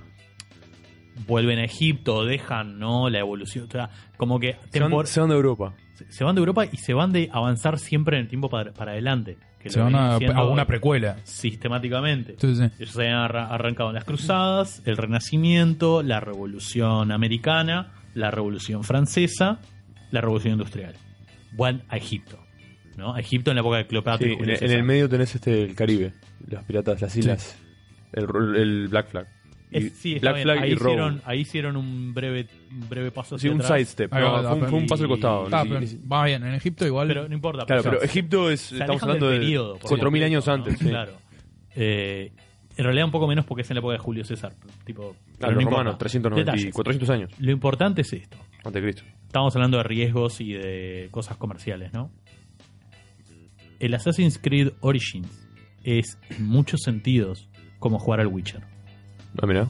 vuelven a Egipto, dejan, ¿no? La evolución, o sea, como que Se van, tempor- se van de Europa. se- se van de Europa y se van de avanzar siempre en el tiempo para, para adelante. Que Se lo van venían a, haciendo a una precuela. eh, sistemáticamente. Sí, sí. Ellos habían arra- arrancado en las cruzadas, el renacimiento, la revolución americana, la revolución francesa, la revolución industrial. Van a Egipto. ¿no? A Egipto en la época de Cleopatra. Sí, y en, Julio el- en César. el medio tenés este el Caribe, las piratas, las islas, el, ro- el Black Flag. Y Es- sí, está Black bien. Flag ahí, y Rogue. hicieron, ahí hicieron un breve, un breve paso Sí, hacia un atrás, sidestep. Ahí No, va, fue un, pero- fue un paso al costado. Está, ni pero si- va bien, en Egipto igual. Pero no importa. Claro, pues, se pero Egipto es, estamos alejan hablando del de periodo, por 4.000 años supuesto, ¿no? antes. sí. Claro. Eh, en realidad un poco menos porque es en la época de Julio César. Tipo, Claro, pero no los importa. romanos, 390, y Detalles. 400 años Lo importante es esto. antes de Cristo. Estamos hablando de riesgos y de cosas comerciales, ¿no? El Assassin's Creed Origins es, en muchos sentidos, como jugar al Witcher. Ah, mirá.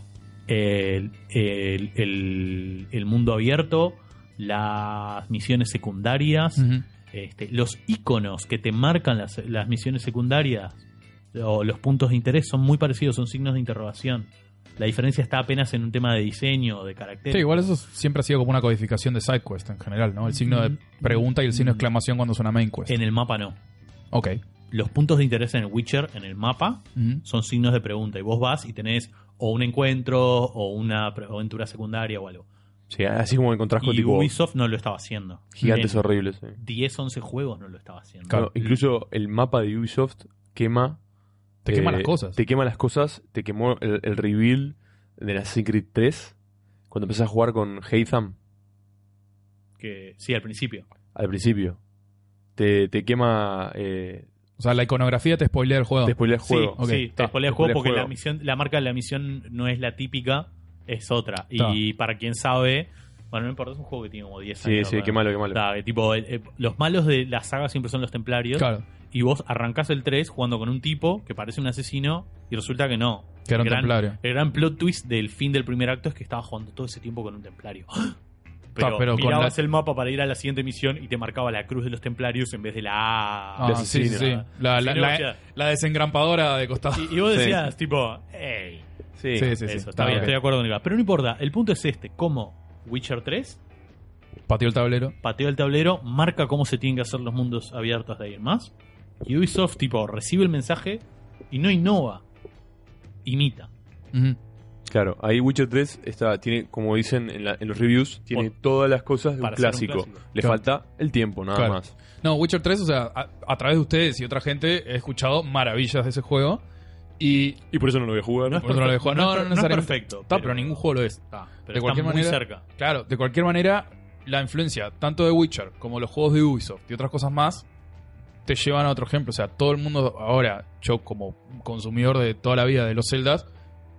El, el- el- el mundo abierto, las misiones secundarias, Ujú. este, los iconos que te marcan las, las misiones secundarias o los puntos de interés son muy parecidos, son signos de interrogación. La diferencia está apenas en un tema de diseño, de caracteres. Sí, igual eso siempre ha sido como una codificación de sidequest en general, ¿no? El signo de pregunta y el signo de exclamación cuando suena main quest. En el mapa no. Ok. Los puntos de interés en el Witcher, en el mapa, Ujú. son signos de pregunta. Y vos vas y tenés o un encuentro o una pre- aventura secundaria o algo. Sí, así como encontrás Y código Ubisoft no lo estaba haciendo. gigantes En horribles. sí. 10, 11 juegos no lo estaba haciendo. Claro, incluso el mapa de Ubisoft quema Te Eh, queman las cosas. Te quema las cosas. Te quemó el, el reveal de la Secret 3 cuando empezás a jugar con Haytham Que, sí, al principio. al principio. Te, te quema. Eh, O sea, la iconografía te spoilea el juego. Te spoilea el juego. Sí, Ok, sí, te está, spoilea el te juego spoilea el porque juego. La, misión, la marca de la misión no es la típica, es otra. Está. Y para quien sabe, bueno, no importa, es un juego que tiene como 10 Sí, años. sí, bueno. qué malo, qué malo. Está, eh, tipo, eh, eh, los malos de la saga siempre son los templarios. Claro. Y vos arrancás el 3 jugando con un tipo que parece un asesino y resulta que no. Que era un El gran- templario. El gran plot twist del fin del primer acto es que estaba jugando todo ese tiempo con un templario. Pero, Ta, pero con mirabas la- el mapa para ir a la siguiente misión y te marcaba la cruz de los templarios en vez de la A. Ah, sí, sí, sí. La, la, Sí, no, o la, sea, la desengrampadora de costado. y, y vos Sí. decías, tipo, hey, Sí. Sí, sí, sí. eso, está bien, ok. estoy de acuerdo con Iván. Pero no importa, el punto es este, como Witcher 3 Pateó el tablero. pateó el tablero, marca cómo se tienen que hacer los mundos abiertos de ahí en más, y Ubisoft, tipo, recibe el mensaje y no innova, imita. Ujú. Claro, ahí Witcher 3 está, tiene, como dicen en, la- en los reviews, tiene Por- todas las cosas de un para ser un clásico. clásico. Le Claro. falta el tiempo, nada Claro. más. No, Witcher 3, o sea, a, a través de ustedes y otra gente he escuchado maravillas de ese juego. Y Y por eso no lo voy a jugar. por eso no lo dejo. No, no, no, es necesariamente. perfecto. Está, pero ningún juego lo es. está, Ah, pero de está cualquier muy manera- cerca. Claro, de cualquier manera, la influencia tanto de Witcher como los juegos de Ubisoft y otras cosas más te llevan a otro ejemplo. O sea, todo el mundo ahora, yo como consumidor de toda la vida de los Zeldas,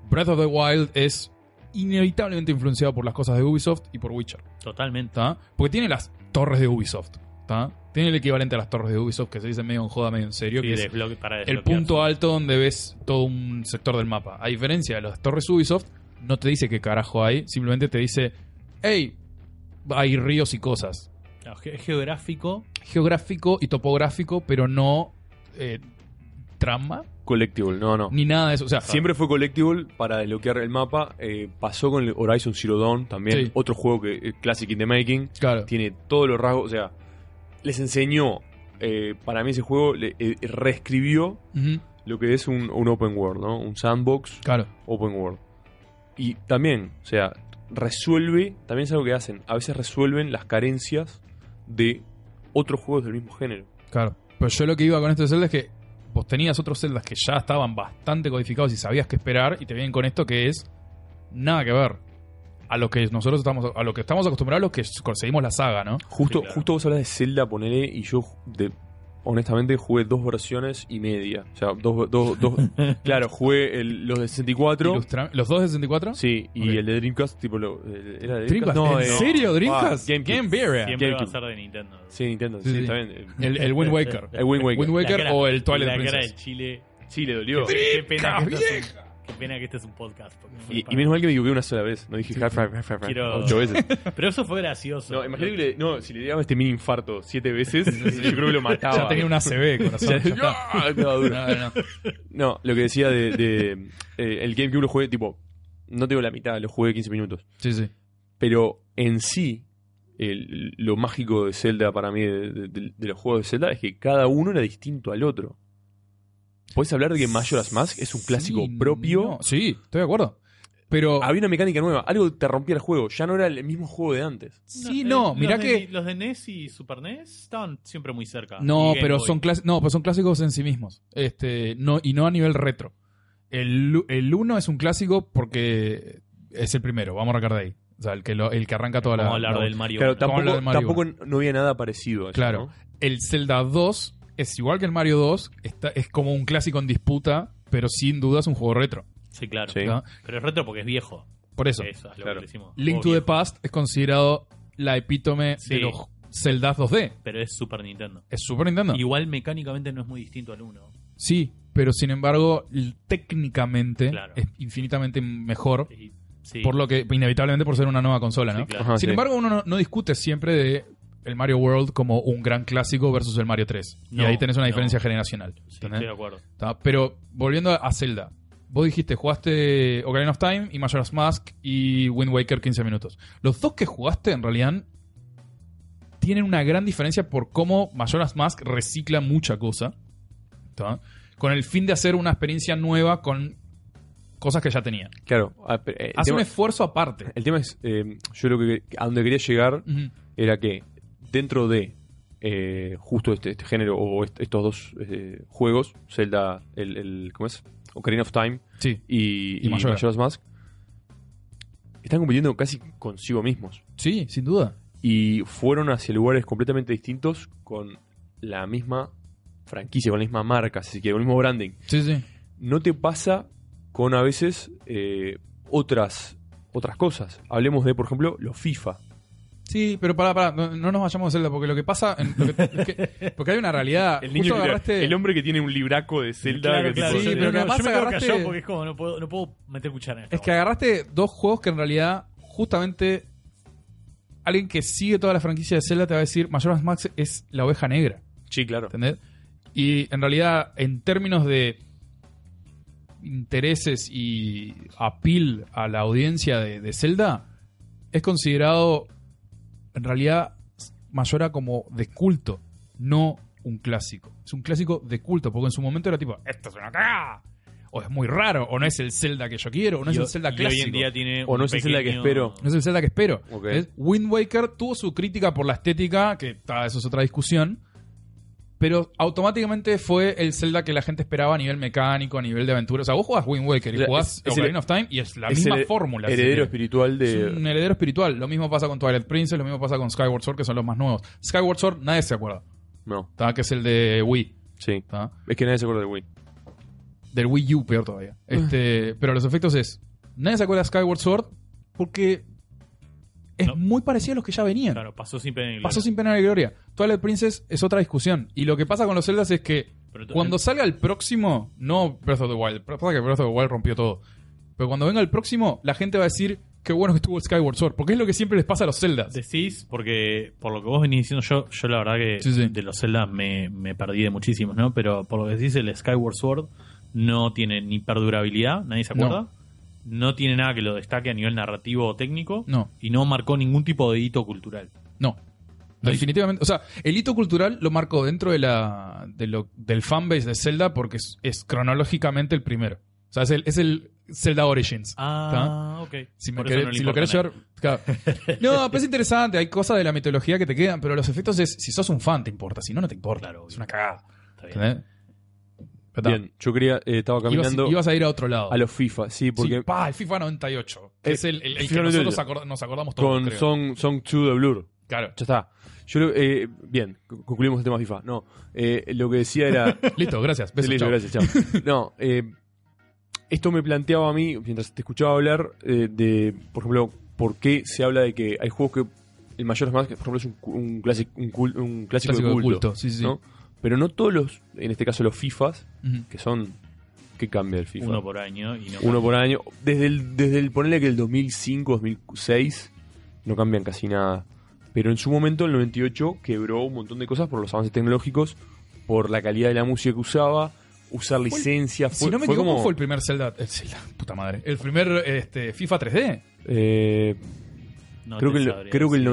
Breath of the Wild es inevitablemente influenciado por las cosas de Ubisoft y por Witcher. Totalmente. ¿tá? Porque tiene las torres de Ubisoft. ¿tá? Tiene el equivalente a las torres de Ubisoft que se dice medio en joda, medio en serio. Sí, que es desbloque- para el desbloquear. punto alto donde ves todo un sector del mapa. A diferencia de las torres Ubisoft, no te dice qué carajo hay, simplemente te dice, hey, hay ríos y cosas. Claro, ge- geográfico, Geográfico y topográfico, pero no eh, trama Collectible, no, no. ni nada de eso. O sea, Siempre fue Collectible para desbloquear el mapa. eh, pasó con el Horizon Zero Dawn también, Sí. otro juego que es Classic in the Making. claro. Tiene todos los rasgos, o sea, les enseñó. eh, para mí ese juego le, eh, reescribió Ujú, lo que es un, un open world, ¿no? Un sandbox claro. open world. Y también, o sea, resuelve, también es algo que hacen, a veces resuelven las carencias de otros juegos del mismo género. Claro. Pero yo lo que iba con este Zelda es que vos tenías otros celdas que ya estaban bastante codificados y sabías qué esperar y te vienen con esto que es nada que ver a lo que nosotros estamos a lo que estamos acostumbrados los que conseguimos la saga, ¿no? Justo, Sí, claro. justo vos hablas de Zelda, ponele, y yo de- honestamente jugué dos versiones y media. O sea, dos, dos, dos claro, jugué el- los de 64. Ilustra- ¿Los dos de 64? Sí, y Ok. el de Dreamcast, tipo, lo, el- ¿era de Dreamcast. No, ¿En eh, serio, Dreamcast? Ah, GameCube. Game Bear. siempre va a GameCube. ser de Nintendo. Sí, Nintendo, Sí, sí, sí. está bien. El, el Wind Waker. El Wind Waker. Wind La Waker cara- o el Twilight la cara de Princess. Chile. Sí, le dolió. Qué pena que Ah, ¡Vieja! estás Qué pena que este es un podcast. porque fue Y, para- y menos mal que me equivoqué una sola vez. No dije half-half, half-half, Quiero- ocho veces. Pero eso fue gracioso. No, imagínate que le- no, si le daba este mini infarto siete veces, yo creo que lo mataba. Ya tenía una CB, corazón. ya está. ¡Ah! Estaba duro. No, no, no. No, lo que decía de, de, eh, el GameCube lo jugué, tipo, no tengo la mitad, lo jugué 15 minutos. Sí, sí. Pero en sí, el- lo mágico de Zelda para mí, de, de- de los juegos de Zelda, es que cada uno era distinto al otro. ¿Puedes hablar de que Majora's Mask es un clásico Sí, propio? Ah, no. Sí, estoy de acuerdo. Pero. Había una mecánica nueva, algo te rompía el juego, ya no era el mismo juego de antes. sí, eh, no, los mirá de- que. Los de NES y Super NES estaban siempre muy cerca. Y No, Game pero Boy. son clas- no, pero son clásicos en sí mismos. Este, no, y no a nivel retro. El, u- el uno es un clásico porque es el primero, vamos a arrancar de ahí. O sea, el que, lo- el que arranca toda la. Vamos a hablar la- del Mario. Claro, Bros. Como lo de tampoco, Mario tampoco no había nada parecido. a eso, Claro. ¿no? El Zelda 2 es igual que el Mario 2, está, es como un clásico en disputa, pero sin duda es un juego retro. Sí, claro. Sí. ¿no? Pero es retro porque es viejo. Por eso. Eso es lo claro. que decimos. Link to the Past es considerado la epítome Oh, Sí. de los Zeldas 2D. Pero es Super Nintendo. Es Super Nintendo. Igual mecánicamente no es muy distinto al 1. Sí, pero sin embargo, l- técnicamente Claro. es infinitamente mejor. Sí. sí. Por lo que, inevitablemente por ser una nueva consola, Sí, ¿no? claro. Ajá, Sin sí. embargo, uno no, no discute siempre de el Mario World como un gran clásico versus el Mario 3. y No, ahí tenés una no. diferencia generacional. Sí, ¿entendés? estoy de acuerdo. Ta, Pero volviendo a Zelda. Vos dijiste, jugaste Ocarina of Time y Majora's Mask y Wind Waker 15 minutos. Los dos que jugaste, en realidad, tienen una gran diferencia por cómo Majora's Mask recicla mucha cosa. ta, Con el fin de hacer una experiencia nueva con cosas que ya tenía. Claro. Ah, pero, eh, el, Hace un tema, esfuerzo aparte. el tema es, eh, yo lo que a donde quería llegar Ujú. era que dentro de eh, justo este, este género o est- estos dos eh, juegos, Zelda, el, el- ¿cómo es? Ocarina of Time Sí, y, Y Majora. Majora's Mask, están compitiendo casi consigo mismos. sí, sin duda. Y fueron hacia lugares completamente distintos con la misma franquicia, con la misma marca, si se quiere, con el mismo branding. Sí, sí. no te pasa con a veces eh, otras otras cosas. Hablemos de, por ejemplo, los FIFA. Sí, pero pará, pará, no, no nos vayamos a Zelda, porque lo que pasa. en- lo que- es que- porque hay una realidad. El, Justo agarraste- hombre que tiene un libraco de Zelda. Claro, claro. Sí, Yo- pero no, que además yo me quedo agarraste- callado porque es como no puedo, no puedo meter cuchara en esto. Es que agarraste dos juegos que en realidad, justamente, alguien que sigue toda la franquicia de Zelda te va a decir, Majora's Max es la oveja negra, Sí, claro. ¿entendés? Y en realidad, en términos de intereses y apil a la audiencia de, de Zelda, es considerado, en realidad, Majora como de culto, no un clásico. Es un clásico de culto, porque en su momento era tipo, esto es una cagada. O es muy raro, o no es el Zelda que yo quiero, o no es Y- el Zelda y clásico. hoy en día tiene O no un es el Zelda que pequeño- espero. No es el Zelda que espero. Ok. ¿Ves? Wind Waker tuvo su crítica por la estética, que ta, eso es otra discusión. Pero automáticamente fue el Zelda que la gente esperaba a nivel mecánico, a nivel de aventura. O sea, vos jugás Wind Waker O y sea, jugás es- es Ocarina el- of Time y es la es misma el fórmula. si Heredero querés. espiritual de. Es un heredero espiritual. Lo mismo pasa con Twilight Princess, lo mismo pasa con Skyward Sword, que son los más nuevos. Skyward Sword nadie se acuerda, No, ta, que es el de Wii. sí. ta. Es que nadie se acuerda de Wii. Del Wii U, peor todavía. Este, pero los efectos es. Nadie se acuerda de Skyward Sword porque es No. muy parecido a los que ya venían. Claro, pasó sin pena ni gloria. Pasó sin pena ni gloria. Twilight Princess es otra discusión. Y lo que pasa con los Zeldas es que Pero tú- cuando salga el próximo, no Breath of the Wild, pero pasa que Breath of the Wild rompió todo. Pero cuando venga el próximo, la gente va a decir qué bueno que estuvo el Skyward Sword, porque es lo que siempre les pasa a los Zeldas. Decís, porque por lo que vos venís diciendo yo, yo la verdad que Sí, sí. de los Zelda me, me perdí de muchísimos, ¿no? Pero por lo que decís, el Skyward Sword no tiene ni perdurabilidad, nadie se acuerda. No. tiene nada que lo destaque a nivel narrativo o técnico. No. Y no marcó ningún tipo de hito cultural. No. Definitivamente, o sea, el hito cultural lo marco dentro de la de lo- del fanbase de Zelda porque es, es cronológicamente el primero. O sea, es el, es el Zelda Origins. Ah, ok. Si, me Por eso querés- no le si lo querés importa llevar. claro. No, pero es interesante. Hay cosas de la mitología que te quedan, pero los efectos es. Si sos un fan, te importa. Si no, no te importa. Claro, es una cagada. nada. Está bien. ¿Entendés? Pero está. Bien, yo quería. eh, estaba Ibas, caminando ibas a ir a otro lado. a los FIFA, sí, porque. Sí, pa, el FIFA 98. que Eh, es el, el- el FIFA que 98. nosotros acor- nos acordamos todos. con creo. Song, Song 2 de Blur. Claro. Ya está. Yo lo- eh, bien, co- concluimos el tema FIFA. No, eh, lo que decía era. Listo, gracias. Besos, Listo, chao. gracias, chao. No, eh, esto me planteaba a mí, mientras te escuchaba hablar, eh, de, por ejemplo, por qué se habla de que hay juegos que el mayor más, por ejemplo, es un, cu- un, clasi- un cul- un clásico, Clásico de de culto. culto, sí, sí. ¿no? Pero no todos los, en este caso los FIFAs, Ujú. que son que cambia el FIFA. Uno por año y no Uno por año. Desde el, desde el ponerle que el 2005, 2006, no cambian casi nada. Pero en su momento, el 98, quebró un montón de cosas por los avances tecnológicos, por la calidad de la música que usaba, usar licencias. si fue- no me fue equivoco, como- fue el primer Zelda. El Zelda, puta madre. El primer este, FIFA 3D. eh, No creo, te que el, sabría creo que el decir.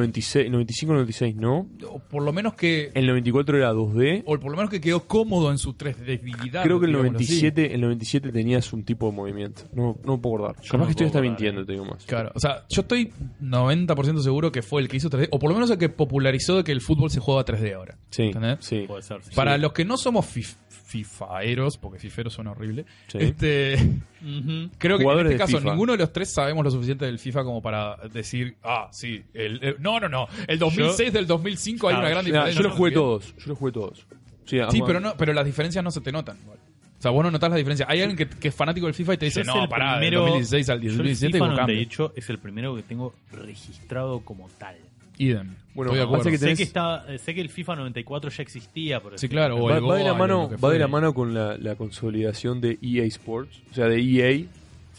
96, 95, 96, ¿no? O por lo menos que. El 94 era 2D. O por lo menos que quedó cómodo en su 3D. Creo que el 97, el 97 tenías un tipo de movimiento. No, no me puedo acordar. Capaz no que puedo estoy hasta acordar, mintiendo, eh. te digo más. Claro, o sea, yo estoy 90% seguro que fue el que hizo 3D, o por lo menos el que popularizó de que el fútbol se juega a 3D ahora. Sí, ¿Entendés? sí. Puede ser, sí. Para los que no somos fif- fifaeros, porque fiferos suena horrible, Sí. este, Ujú. creo que en Jugadores este de caso FIFA. ninguno de los tres sabemos lo suficiente del FIFA como para decir, ah, sí, el, el- no, no, no, el 2006 del 2005 hay Ah, una gran Nah, diferencia. yo los jugué todos. Yo los jugué todos. Sí, ah, Sí, bueno. pero, no, pero las diferencias no se te notan. igual. O sea, vos no notás las diferencias. Hay alguien que, que es fanático del FIFA y te dice, Yo es no, el pará, del primero- 2016 al yo el 2017 FIFA hubo De cambios. hecho, es el primero que tengo registrado como tal. Idem. Bueno, Estoy de acuerdo. pasa que Sé tenés- que, estaba, sé que el FIFA 94 ya existía, por Sí, ejemplo. claro. o el Va, va de Goal, la o mano, lo que va de fue. la mano con la, la consolidación de EA Sports, o sea, de EA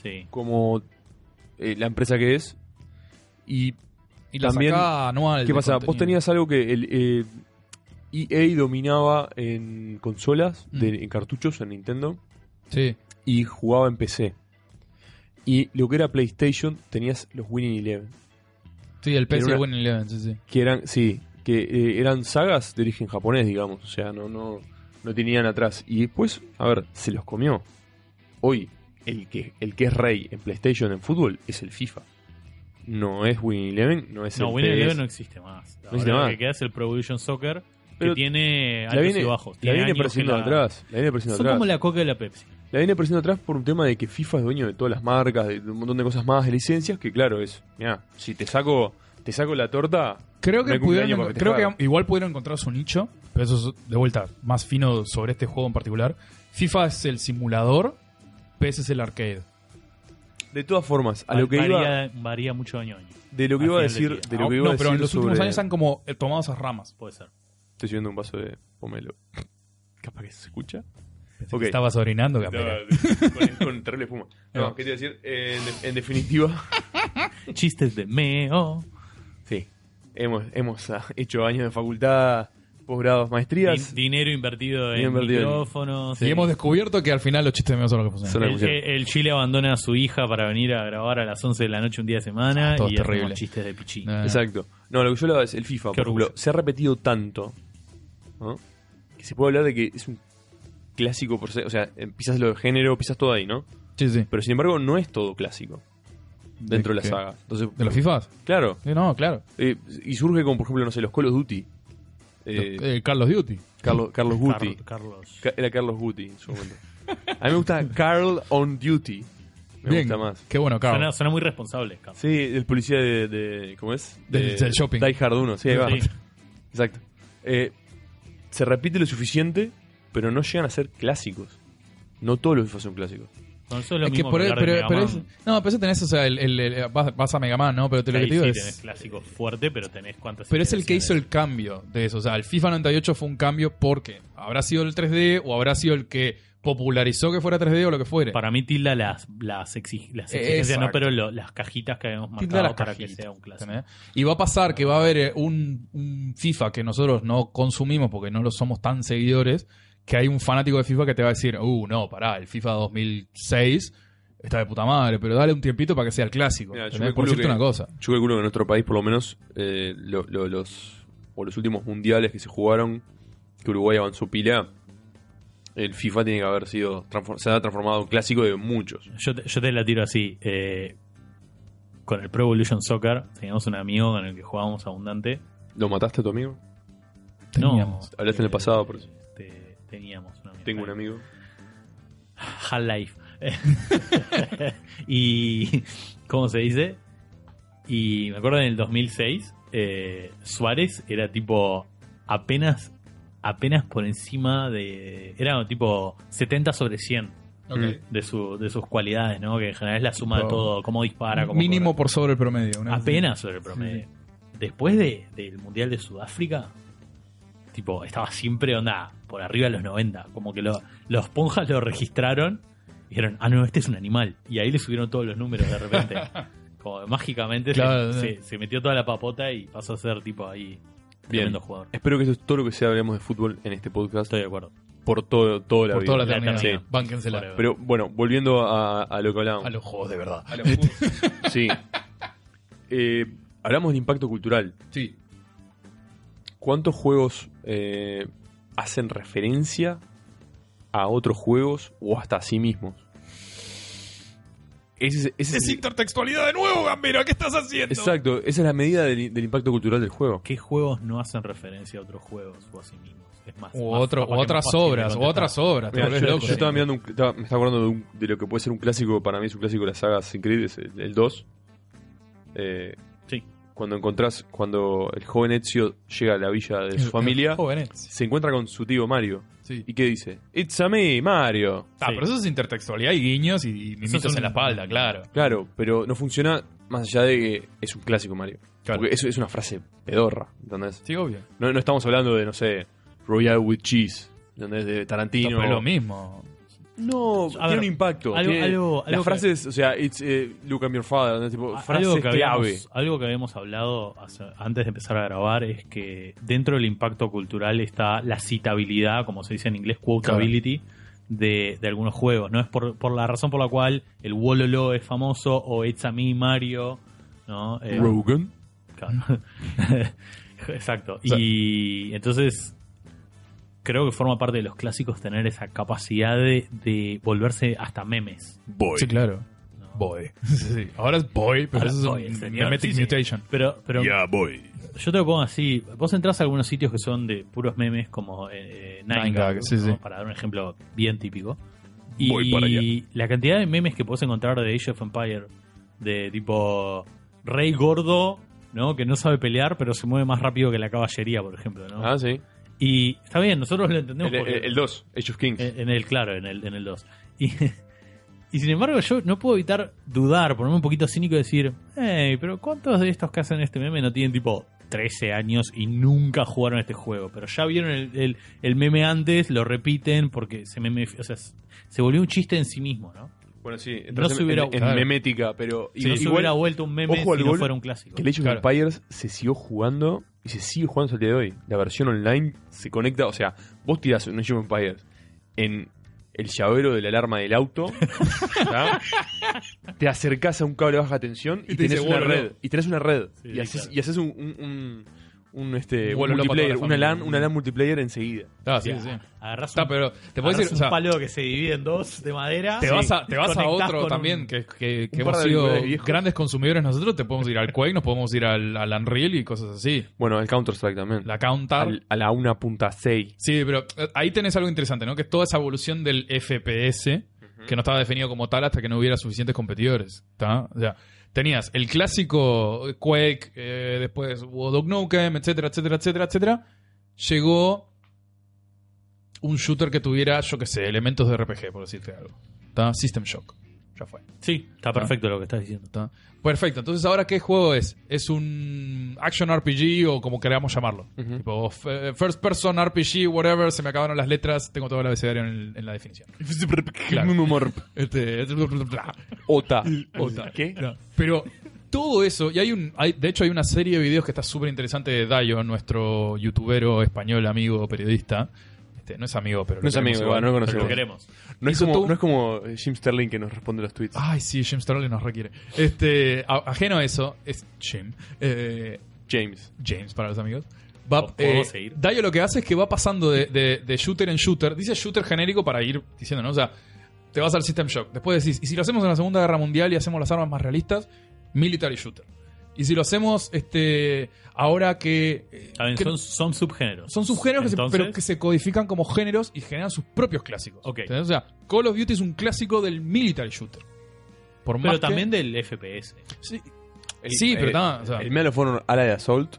Sí. como eh, la empresa que es. Y Y la También- sacada anual. ¿Qué de pasa? Vos contenido. tenías algo que el eh, EA dominaba en consolas, de- Mm. en cartuchos, en Nintendo, Sí. y jugaba en PC. Y lo que era PlayStation, tenías los Winning Eleven, Sí, el Era PC una- Win Eleven, sí, sí. que eran, sí, que eh, eran sagas de origen japonés, digamos, o sea, no, no, no tenían atrás. Y después, a ver, se los comió. Hoy, el que, el que es rey en PlayStation en fútbol es el FIFA. No es Winning Eleven, no es No, el Win PS. Eleven no existe más. Ahora existe lo más. que queda es el Pro Evolution Soccer, Pero que tiene la altos viene, y bajos. la Tiene viene años que apareciendo la- atrás. La viene apareciendo Son atrás. como la Coca y la Pepsi. La viene apareciendo atrás por un tema de que FIFA es dueño de todas las marcas, de un montón de cosas más, de licencias, que claro, es, mira, si te saco, te saco la torta, Creo No que, hay cumpleaños pudieron, para creo festejar. que igual pudieron encontrar su nicho, pero eso es de vuelta más fino sobre este juego en particular. FIFA es el simulador, PS es el arcade. de todas formas, a Va- lo que iba, varía, varía mucho año a año. de lo que iba a al final decir, del de día. lo que Ah, iba a no, pero en decir los últimos sobre- años han como eh, tomado esas ramas. Puede ser. Estoy subiendo un vaso de pomelo. Capaz que se escucha. Pensé Ok. que Estabas orinando, No, Gambera. con, con terrible espuma. No, No. ¿qué te iba a decir? Eh, en, de- en definitiva, Chistes de meo. sí, hemos, hemos ah, hecho años de facultad, posgrados, maestrías. Din- dinero invertido en Dinero invertido en- micrófonos. Y hemos descubierto que al final los chistes de mí son los que Son funcionan. las El, funciones. el Chile abandona a su hija para venir a grabar a las 11 de la noche un día de semana Ah, todo y terrible. hacemos chistes de pichín. No, no, no. Exacto. No, lo que yo hablaba es el FIFA, Qué por ejemplo, orgullo. se ha repetido tanto ¿no? que se puede hablar de que es un clásico por ser- o sea, eh, pisas lo de género, pisas todo ahí, ¿no? Sí, sí. Pero sin embargo, no es todo clásico dentro de, qué? la saga. Entonces, ¿De los FIFAs? claro, Sí, no, claro. eh, y surge como por ejemplo, no sé, los Call of Duty. Eh, Los- eh, Carlos Duty. Carlos, Carlos Guti. Car- Carlos. Ca- Era Carlos Guti en su momento. A mí me gusta Carl on Duty. Me Bien. gusta más. Qué bueno, Carlos. Suena, suena muy responsable, Carlos. Sí, el policía de, de- ¿cómo es? Del- De- del shopping. Die Hard 1, sí, ahí va. Sí. Exacto. Eh, se repite lo suficiente, pero no llegan a ser clásicos. No todos los FIFA son clásicos. No, eso es lo Es que mismo por que ahí- hablar de pero, pero Mega es- Man. no, pero eso tenés, o sea, el, el- el- vas, vas a Mega Man, ¿no? Pero te lo que Ahí te digo sí es. tenés clásico fuerte, pero tenés cuántas Pero es el que hizo iteraciones. el cambio de eso. O sea, el FIFA 98 fue un cambio porque habrá sido el 3D o habrá sido el que popularizó que fuera 3D o lo que fuere. Para mí tilda las, las, exig- las exigencias, Exacto. no, pero lo- las cajitas que habíamos Tilda marcado las para cajitas, que sea un clásico. ¿entendés? Y va a pasar que va a haber eh, un, un FIFA que nosotros no consumimos porque no lo somos tan seguidores, que hay un fanático de FIFA que te va a decir, uh, no, pará, el FIFA 2006 está de puta madre, pero dale un tiempito para que sea el clásico. Mira, yo ¿entendés? me Por culo decirte que- una cosa. Yo calculo que en nuestro país, por lo menos, eh, lo- lo- los, o los últimos mundiales que se jugaron, que Uruguay avanzó pila, el FIFA tiene que haber sido transfor- se ha transformado en clásico de muchos. Yo te, yo te la tiro así. eh, con el Pro Evolution Soccer teníamos un amigo con el que jugábamos abundante. ¿Lo mataste a tu amigo? Teníamos. No, Hablaste en el pasado, por eso. este, teníamos un amigo. Tengo un amigo. Half-Life. y. ¿Cómo se dice? Y me acuerdo en el 2006, eh, Suárez era tipo apenas apenas por encima de. Era tipo 70 sobre 100 Ok. de, su, de sus cualidades, ¿no? Que en general es la suma de Tipo, todo, cómo dispara, cómo. Mínimo corre. por sobre el promedio. una- Apenas sobre el promedio. Después de, del Mundial de Sudáfrica, tipo, estaba siempre onda por arriba de los 90. Como que lo- los Ponjas lo registraron dijeron, ah, no, este es un animal. Y ahí le subieron todos los números de repente. Como mágicamente se- Claro, se, no. se metió toda la papota y pasó a ser tipo ahí. Bien. Tremendo jugador. Espero que eso es todo lo que sea hablemos de fútbol en este podcast Estoy de acuerdo. por todo, toda la Por vida. toda la La eternidad. eternidad. Bánquensela. Whatever. Pero bueno, volviendo a, a lo que A hablábamos. los juegos de verdad. Sí. Eh, hablamos del impacto cultural. Sí. ¿Cuántos juegos eh, hacen referencia a otros juegos o hasta a sí mismos? Ese es- ese es- Es intertextualidad de nuevo, Gambero. ¿Qué estás haciendo? exacto, esa es la medida del, del impacto cultural del juego. ¿Qué juegos no hacen referencia a otros juegos o a sí mismos? Es más, O, más- otro, capaz o que otras más fácil de obras, o contestar. otras obras. Te Mira, volvés yo, eh. loco. yo estaba mirando, un- estaba- me estaba acordando de, un- de lo que puede ser un clásico, para mí es un clásico de la saga Sin Creed, es el, el 2. Eh, Sí. Cuando encontrás, cuando el joven Ezio llega a la villa de su familia, Jóvenes. se encuentra con su tío Mario. Sí. ¿Y qué dice? It's a me, Mario. Ah, Sí. pero eso es intertextualidad y guiños y, y mimitos es un- en la espalda, claro. Claro, pero no funciona más allá de que es un clásico Mario. Claro. Porque eso es una frase pedorra, ¿entendés? Sí, obvio. No, no estamos hablando de, no sé, Royal with Cheese, ¿entendés? De No, Tarantino. pero es lo mismo. No, A tiene ver, un impacto. algo- tiene- algo- las algo que- frases, o sea, it's, eh, look I'm your father, ¿entendés? tipo, A- frases algo que, clave. habíamos, algo que habíamos hablado hace- antes de empezar a grabar es que dentro del impacto cultural está la citabilidad, como se dice en inglés, quotability, de, de algunos juegos. No es por, por la razón por la cual el Wololo es famoso o It's a Me Mario, ¿no? Eh, Rogan. Claro. Exacto. sea- y entonces creo que forma parte de los clásicos tener esa capacidad de, de volverse hasta memes. Sí, claro. Boy. Sí. Ahora es boy, pero Ahora eso es boy, un señor. memetic Sí, sí. mutation. Pero, pero boy. yo te lo pongo así. Vos entrás a algunos sitios que son de puros memes como eh, eh, Nine, Nine Gag, Gag, sí, ¿no? sí. para dar un ejemplo bien típico. Voy para allá. Y la cantidad de memes que podés encontrar de Age of Empire, de tipo rey gordo, ¿no? Que no sabe pelear, pero se mueve más rápido que la caballería, por ejemplo, ¿no? Ah, sí. Y está bien, nosotros lo entendemos El- porque- eh, El 2, Age of Kings. en, en el, claro, en el, en el 2. Y, y sin embargo, yo no puedo evitar dudar, ponerme un poquito cínico y decir, hey, pero ¿cuántos de estos que hacen este meme no tienen tipo 13 años y nunca jugaron este juego? Pero ya vieron el, el- el meme antes, lo repiten porque se meme, o sea, s- se volvió un chiste en sí mismo, ¿no? Bueno, sí. No se hubiera- en, en claro. memética, pero Y no se hubiera vuelto un meme ojo al si no gol, fuera un clásico. que el Age of Claro. Empires se siguió jugando y se sigue jugando hasta el día de hoy. La versión online se conecta, o sea, vos tirás un Age of Empires en el llavero de la alarma del auto, ¿tá? te acercás a un cable de baja tensión y, Y te tenés dice, una "Bueno". red. Y tenés una red. Sí, y, haces, claro. y haces un, un- un- un, este, Vuelo loco a toda la multiplayer, una familia. LAN, una LAN multiplayer enseguida. Ah, O sí, sea, sí. agarrás Está, un, pero te puedo agarrás decir, un o sea, palo que se divide en dos de madera. te Ah, Sí. vas a, te vas a Conectás otro con un- también, que, que, que un par hemos de sido habilidades viejas. grandes consumidores nosotros, te podemos ir al Quake, nos podemos ir al, al Unreal y cosas así. Bueno, el Counter-Strike también. La Counter. Al- a la 1.6. Sí, pero eh, ahí tenés algo interesante, ¿no? Que es toda esa evolución del FPS, que no estaba definido como tal hasta que no hubiera suficientes competidores, ¿está? O sea, tenías el clásico Quake, eh, después hubo Duke Nukem, etcétera, etcétera, etcétera, etcétera. Llegó un shooter que tuviera, yo qué sé, elementos de RPG, por decirte algo. ¿Está? System Shock. Ya fue. Sí, está perfecto lo que estás diciendo. ¿tá? Perfecto. Entonces, ¿ahora qué juego es? Es un action RPG o como queramos llamarlo. Ujú. Tipo, f- eh, first person RPG, whatever, se me acabaron las letras, tengo todo el abecedario en, el- en la definición. Claro. Este, Ota. Ota. ¿Qué? No. Pero todo eso, y hay un, hay- de hecho hay una serie de videos que está súper interesante de Dayo, nuestro youtubero español, amigo, periodista. Este, no es amigo, pero... lo No es queremos amigo, igual. igual, no lo Pero lo conocemos. queremos. No es, Hizo como, todo- Ah. no es como eh, Jim Sterling que nos responde los tweets. Ay, sí, Jim Sterling nos requiere. Este, a- ajeno a eso, es Jim. Eh, James. James para los amigos. Va, ¿O podemos eh, seguir? Dayo lo que hace es que va pasando de, de- de shooter en shooter. Dice shooter genérico para ir diciendo, ¿no? O sea, te vas al System Shock. Después decís, y si lo hacemos en la Segunda Guerra Mundial y hacemos las armas más realistas, military shooter. Y si lo hacemos este ahora que... eh, Está bien, que- son, son subgéneros. son subgéneros, que se- Entonces, pero que se codifican como géneros y generan sus propios clásicos. Ok. ¿Entendés? O sea, Call of Duty es un clásico del military shooter. Por pero más que- también del FPS. Sí, Sí, pero está, o sea- El Medal of Honor Ala de Assault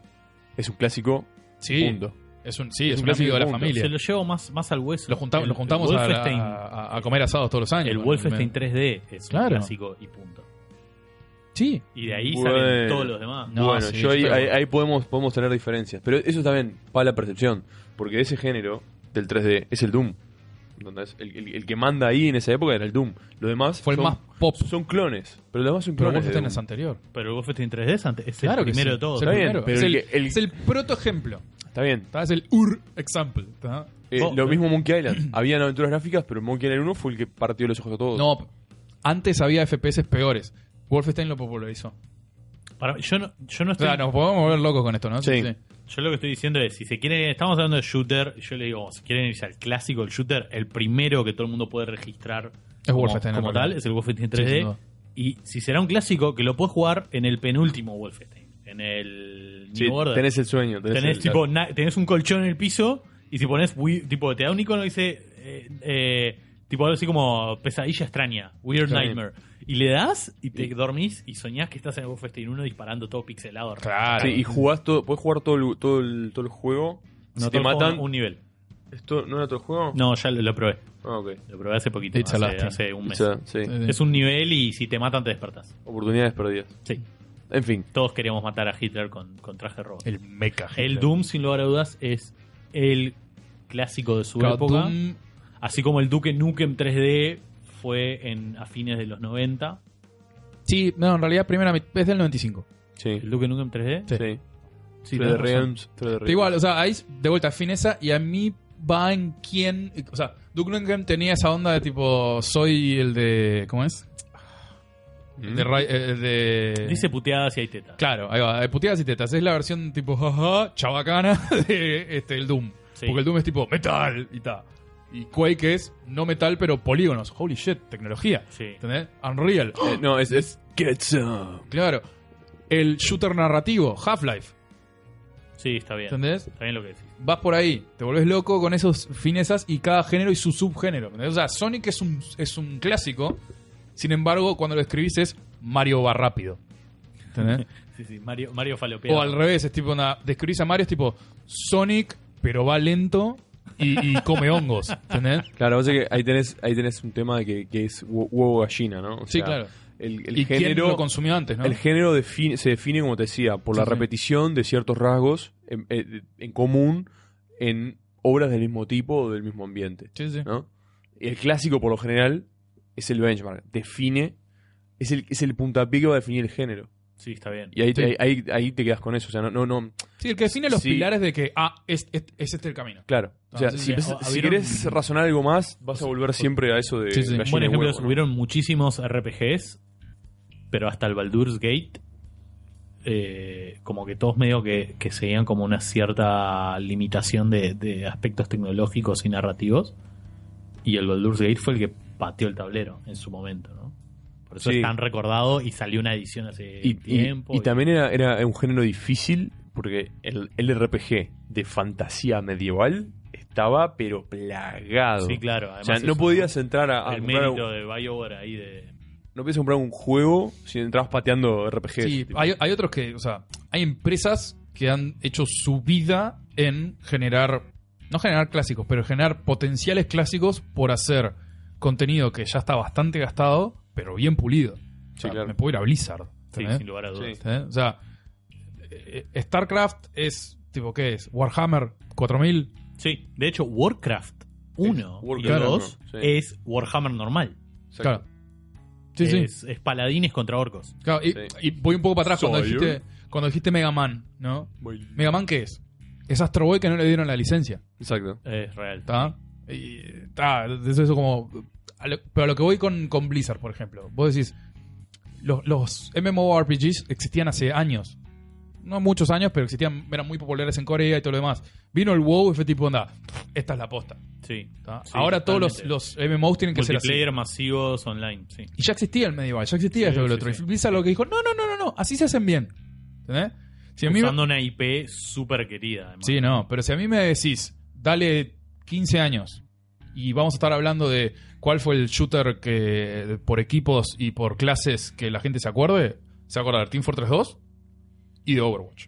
es un clásico. sí, Punto. es un, sí, es Es un un amigo de la clásico, punto. familia. Se lo llevo más, más al hueso. Lo juntamos, El- lo juntamos el a, Wolfenstein, a- a comer asados todos los años. el Bueno, Wolfenstein me- 3D es Claro. un clásico y punto. Sí. Y de ahí Bueno. salen todos los demás. No, bueno, sí, yo ahí, pero- ahí- ahí podemos, podemos tener diferencias. Pero eso también va a la percepción. Porque ese género del 3D es el Doom. ¿Entendés? El, el- el que manda ahí en esa época era el Doom. Los demás Fue el son, más pop. son clones. Pero los demás son Pero clones. Wolfenstein de es Doom. anterior. Pero el Wolfenstein 3D es, ante- es el que primero sí. de todos. Es el, Está bien, primero. pero es el, el que- el- es el protoejemplo. Está bien. ¿tá? Es el ur example. ¿tá? Eh, Vos- lo mismo Monkey Island. Habían aventuras gráficas, pero Monkey Island 1 fue el que partió los ojos a todos. No, antes había FPS peores. Wolfenstein lo popularizó. Para- yo, no, yo O no estoy. sea, nos podemos volver locos con esto, ¿no? Sí. Yo lo que estoy diciendo es, si se quieren, estamos hablando de shooter, y yo le digo, si quieren irse al clásico del shooter, el primero que todo el mundo puede registrar Es como, Wolfenstein, como en realidad. tal, es el Wolfenstein Sí, sin duda. 3D. y si será un clásico, que lo puedes jugar en el penúltimo Wolfenstein, en el New Sí, Order. tenés el sueño. Tenés, Tenés, el- tipo, na- tenés un colchón en el piso y si pones, we- tipo, te da un icono que dice, eh, eh, tipo, algo así como pesadilla extraña, Weird Sí. Nightmare. Y le das y te dormís y soñás que estás en el Wolfenstein 1 disparando todo pixelado. Claro. Sí, y jugás todo, podés jugar todo el, todo el, todo el juego. No si te todo el juego, matan. un nivel. ¿Esto no era todo el juego? No, ya lo, lo probé. Ah, ok. Lo probé hace poquito, It's a hace, lástima. hace un mes. O sea, sí. Sí, sí. Es un nivel y si te matan te despertas. Oportunidades perdidas. Sí. En fin. Todos queríamos matar a Hitler con, con traje rojo. El, El mecha. Doom, sin lugar a dudas, es el clásico de su Claro, época. Doom- Así como el Duke Nukem 3D fue en, a fines de los 90. Sí, no, en realidad primera mit- es del 95. Sí. ¿El Duke Nukem 3D? Sí. Sí. Sí, Thread tenés razón. Realms, Thread Pero Realms. igual, o sea, ahí de vuelta fineza y a mí va en quién, o sea, Duke Nukem tenía esa onda de tipo soy el de ¿cómo es? El de, Mm. Ray- el de Dice puteadas y hay tetas. Claro, ahí va, de puteadas y tetas, es la versión tipo jaja, chabacana de este el Doom, Sí. porque el Doom es tipo metal y tal. Y Quake es no metal pero polígonos. Holy shit, tecnología. Sí. ¿Entendés? Unreal. Eh, no, es, es Get Some. Claro. El shooter narrativo, Half-Life, Sí, está bien. ¿entendés? Está bien lo que decís. vas por ahí, te volvés loco con esos finezas y cada género y su subgénero. ¿entendés? O sea, Sonic es un, es un clásico, sin embargo, cuando lo escribís es Mario va rápido. ¿entendés? Sí, sí, Mario, Mario Falopea. o al revés, es tipo, una, describís a Mario es tipo Sonic, pero va lento y, y come hongos. ¿entendés? Claro, pasa que ahí tenés, ahí tenés un tema de que, que es hu- huevo gallina, ¿no? O Sí, sea, claro. El, el Y quién género, lo consumió antes, ¿no? el género define- se define, como te decía, por la Sí, sí. repetición de ciertos rasgos en, eh, en común en obras del mismo tipo o del mismo ambiente, Sí, sí. ¿no? Y el clásico, por lo general, es el benchmark. Define, es el, es el puntapié que va a definir el género. Sí, está bien. Y ahí, Sí. ahí, ahí- ahí te quedas con eso. O sea, no, no, no Sí, el que define los Sí. pilares de que, ah, es, es- es este el camino. Claro. O sea, Ah, sí, si, sí. ves- Ah, si hubieron- querés razonar algo más, vas a volver siempre a eso de Sí, sí. gallina Un buen de ejemplo, huevo, ¿no? hubieron muchísimos RPGs, pero hasta el Baldur's Gate, eh, como que todos medio que, que seguían como una cierta limitación de, de aspectos tecnológicos y narrativos. Y el Baldur's Gate fue el que pateó el tablero en su momento, ¿no? Por eso Sí. es tan recordado y salió una edición hace Y, y- tiempo. y también era, era un género difícil porque el, el RPG de fantasía medieval estaba pero plagado. Sí, claro. O además sea, no eso, podías entrar a, a El comprar mérito un, de BioWare ahí de... no podías comprar un juego si entrabas pateando RPGs. Sí, tipo. hay, hay otros que, o sea, hay empresas que han hecho su vida en generar, no generar clásicos, pero generar potenciales clásicos por hacer contenido que ya está bastante gastado, pero bien pulido. O sea, Sí, claro. ah, Me puedo ir a Blizzard. Sí, ¿entendés? sin lugar a dudas. Sí. ¿Eh? O sea, eh, eh, StarCraft es, tipo, ¿qué es? Warhammer 4000. Sí. de hecho, Warcraft 1 Warcraft y 2 uno, sí. es Warhammer normal. Exacto. Claro. Sí, sí. es, es paladines contra orcos. Claro, y, Sí. y voy un poco para atrás cuando Soy dijiste, cuando dijiste Mega Man, ¿no? Muy- ¿Mega Man qué es? Es Astro Boy que no le dieron la licencia. Exacto. Es real. ¿Está? Y, está, eso, eso como... a lo- pero a lo que voy con, con Blizzard, por ejemplo. Vos decís, los, los MMORPGs existían hace años. No muchos años, pero existían, eran muy populares en Corea y todo lo demás. Vino el WoW y fue tipo, onda, esta es la posta. Sí. ¿tá? Sí, Ahora todos los, totalmente. los MMOs tienen que ser así. multiplayer masivos online, sí. Y ya existía el medieval, ya existía Sí, esto y lo sí, otro. Y sí. Blizzard lo que dijo, no, no, no, no, no, así se hacen bien. ¿Entendés? Si a mí me- Usando una IP súper querida, además. Sí, no, pero si a mí me decís, dale 15 años y vamos a estar hablando de cuál fue el shooter que por equipos y por clases que la gente se acuerde, se va a acordar Team Fortress 2 y de Overwatch.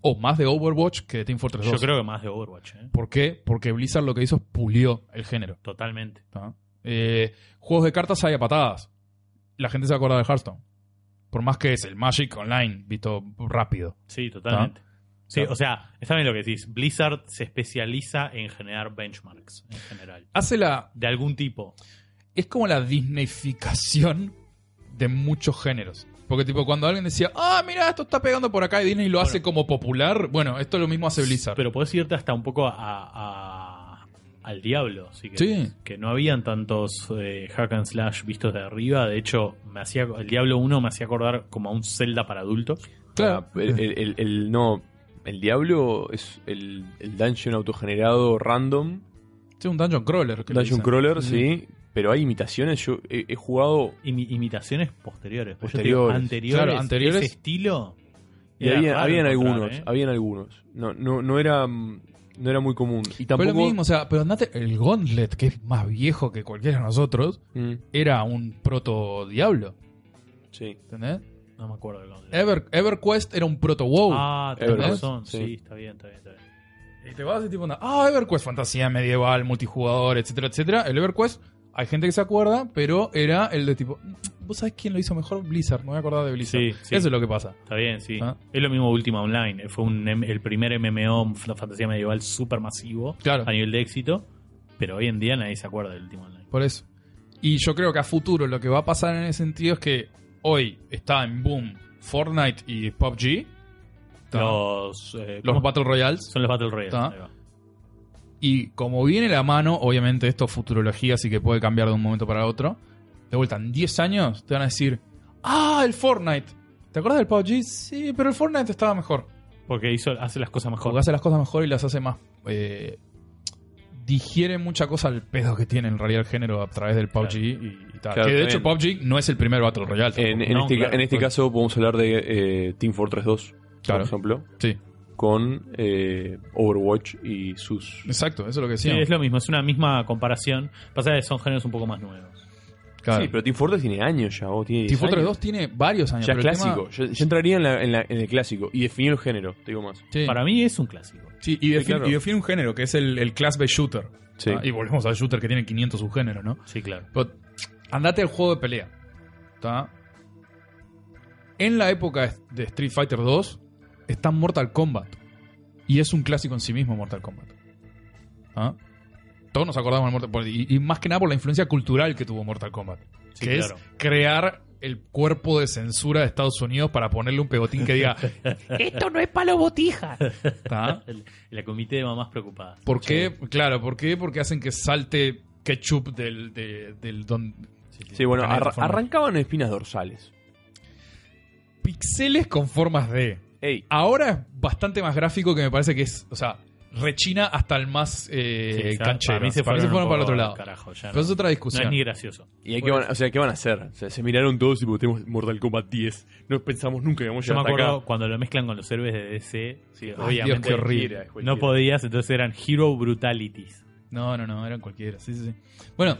O más de Overwatch que de Team Fortress 2. Yo creo que más de Overwatch, ¿eh? ¿Por qué? Porque Blizzard lo que hizo es pulió el género. Totalmente. ¿tá? Eh, juegos de cartas hay a patadas. La gente se va a acordar de Hearthstone. Por más que es el Magic Online, visto rápido. Ah, Sí, totalmente. Sí, o sea, está bien lo que decís. Blizzard se especializa en generar benchmarks en general. Hace la. De algún tipo. Es como la Disneyficación de muchos géneros. Porque, tipo, cuando alguien decía, ah, mira, esto está pegando por acá y Disney lo hace como popular, bueno, esto lo mismo hace Blizzard. Pero podés irte hasta un poco a, a- al diablo, sí que, Sí. que no habían tantos eh, hack and slash vistos de arriba. De hecho, me hacía el Diablo 1 me hacía acordar como a un Zelda para adultos. claro. Ah, El, el- el- el- no, el Diablo es el, el dungeon autogenerado random. Sí, Este un dungeon crawler. que le Dungeon dicen. crawler, Mm. sí. Pero hay imitaciones. Yo he, he jugado. Imi- imitaciones posteriores. Pues yo te digo, Posteriores. anteriores, Claro, anteriores. Ese estilo. Y era había, raro habían encontrar, algunos. ¿eh? Habían algunos. No, no, no era. mm, No era muy común. Y Pero tampoco. lo mismo, o sea, pero andate, el Gauntlet, que es más viejo que cualquiera de nosotros, Mm, era un proto diablo, sí. ¿entendés? No me acuerdo de los nombres. Ever, EverQuest era un proto WoW. Ah, tenés Everquest, razón. Sí. sí. está bien, está bien, está bien. Y te vas y tipo, anda, ah, EverQuest, fantasía medieval, multijugador, etcétera, etcétera. El EverQuest, hay gente que se acuerda, pero era el de tipo, "Mm, ¿vos sabés quién lo hizo mejor? Blizzard, no me acordaba de Blizzard. Sí, sí. Eso es lo que pasa. Está bien, sí. Ah. Es lo mismo Última Online. eh, Fue un, M- el primer MMO, la fantasía medieval súper masivo Claro. a nivel de éxito. Pero hoy en día nadie se acuerda del Última Online. Por eso. Y yo creo que a futuro lo que va a pasar en ese sentido es que hoy está en boom Fortnite y PUBG. Está. Los, eh, Los ¿cómo? Battle Royales. Son los Battle Royale. Ah. ahí va. Y como viene la mano, obviamente esto es futurología, así que puede cambiar de un momento para otro. De vuelta, en 10 años te van a decir, ah, el Fortnite. ¿Te acuerdas del PUBG? Sí, pero el Fortnite estaba mejor. Porque hizo, hace las cosas mejor. Porque hace las cosas mejor y las hace más... eh, digiere mucha cosa al pedo que tiene en realidad el género a través del PUBG y, y tal. Claro, que de también. hecho PUBG no es el primer Battle Royale. En, tampoco. en No, este, claro, en este claro. caso podemos hablar de eh, Team Fortress 2, Claro. por ejemplo, Sí, con eh, Overwatch y sus... exacto, eso es lo que Sí, decía. es lo mismo, es una misma comparación. Pasa que son géneros un poco más nuevos. claro. Sí, pero Team Fortress tiene años ya, vos, tiene 10 Tifo años. 3.2 tiene varios años. Ya es pero el tema- clásico, ya, ya entraría en, la- en la- en el clásico y definir el género, te digo más. Sí. Para mí es un clásico. Sí, y, defin- Sí, claro. y define un género, que es el, el class based shooter. Sí. Ah, Y volvemos al shooter que tiene 500 subgéneros, ¿no? Sí, claro. Pero, andate al juego de pelea. ¿tá? En la época de Street Fighter 2 está Mortal Kombat. Y es un clásico en sí mismo Mortal Kombat. ¿Ah? Todos nos acordamos de Mortal Kombat. Y, y más que nada por la influencia cultural que tuvo Mortal Kombat. Sí, que claro. es crear el cuerpo de censura de Estados Unidos para ponerle un pegotín que diga Esto no es palo botija. ¿tá? El- La comité de mamás preocupadas. ¿Por qué? Claro, ¿por qué? Porque hacen que salte ketchup del, de- del don... Sí, bueno, Caneta, arra- forma. arrancaban en espinas dorsales. Pixeles con formas de... Ey, Ahora es bastante más gráfico que me parece que es... O sea, rechina hasta el más Sí, eh, ya, canchero. Para mí se Para mí fueron, un para el poco otro al lado. Carajo, ya Pero no, es otra no es discusión. ni gracioso. ¿Y ahí qué van, o sea, ¿qué van a hacer? O sea, se miraron todos y tenemos Mortal Kombat 10. No pensamos nunca que vamos a Yo me llegar hasta acuerdo acá. cuando lo mezclan con los héroes de DC, Sí, que ay, Dios, obviamente qué horrible. Cualquiera, cualquiera. no podías, entonces eran Hero Brutalities. No, no, no, eran cualquiera. Sí, sí, sí. Bueno,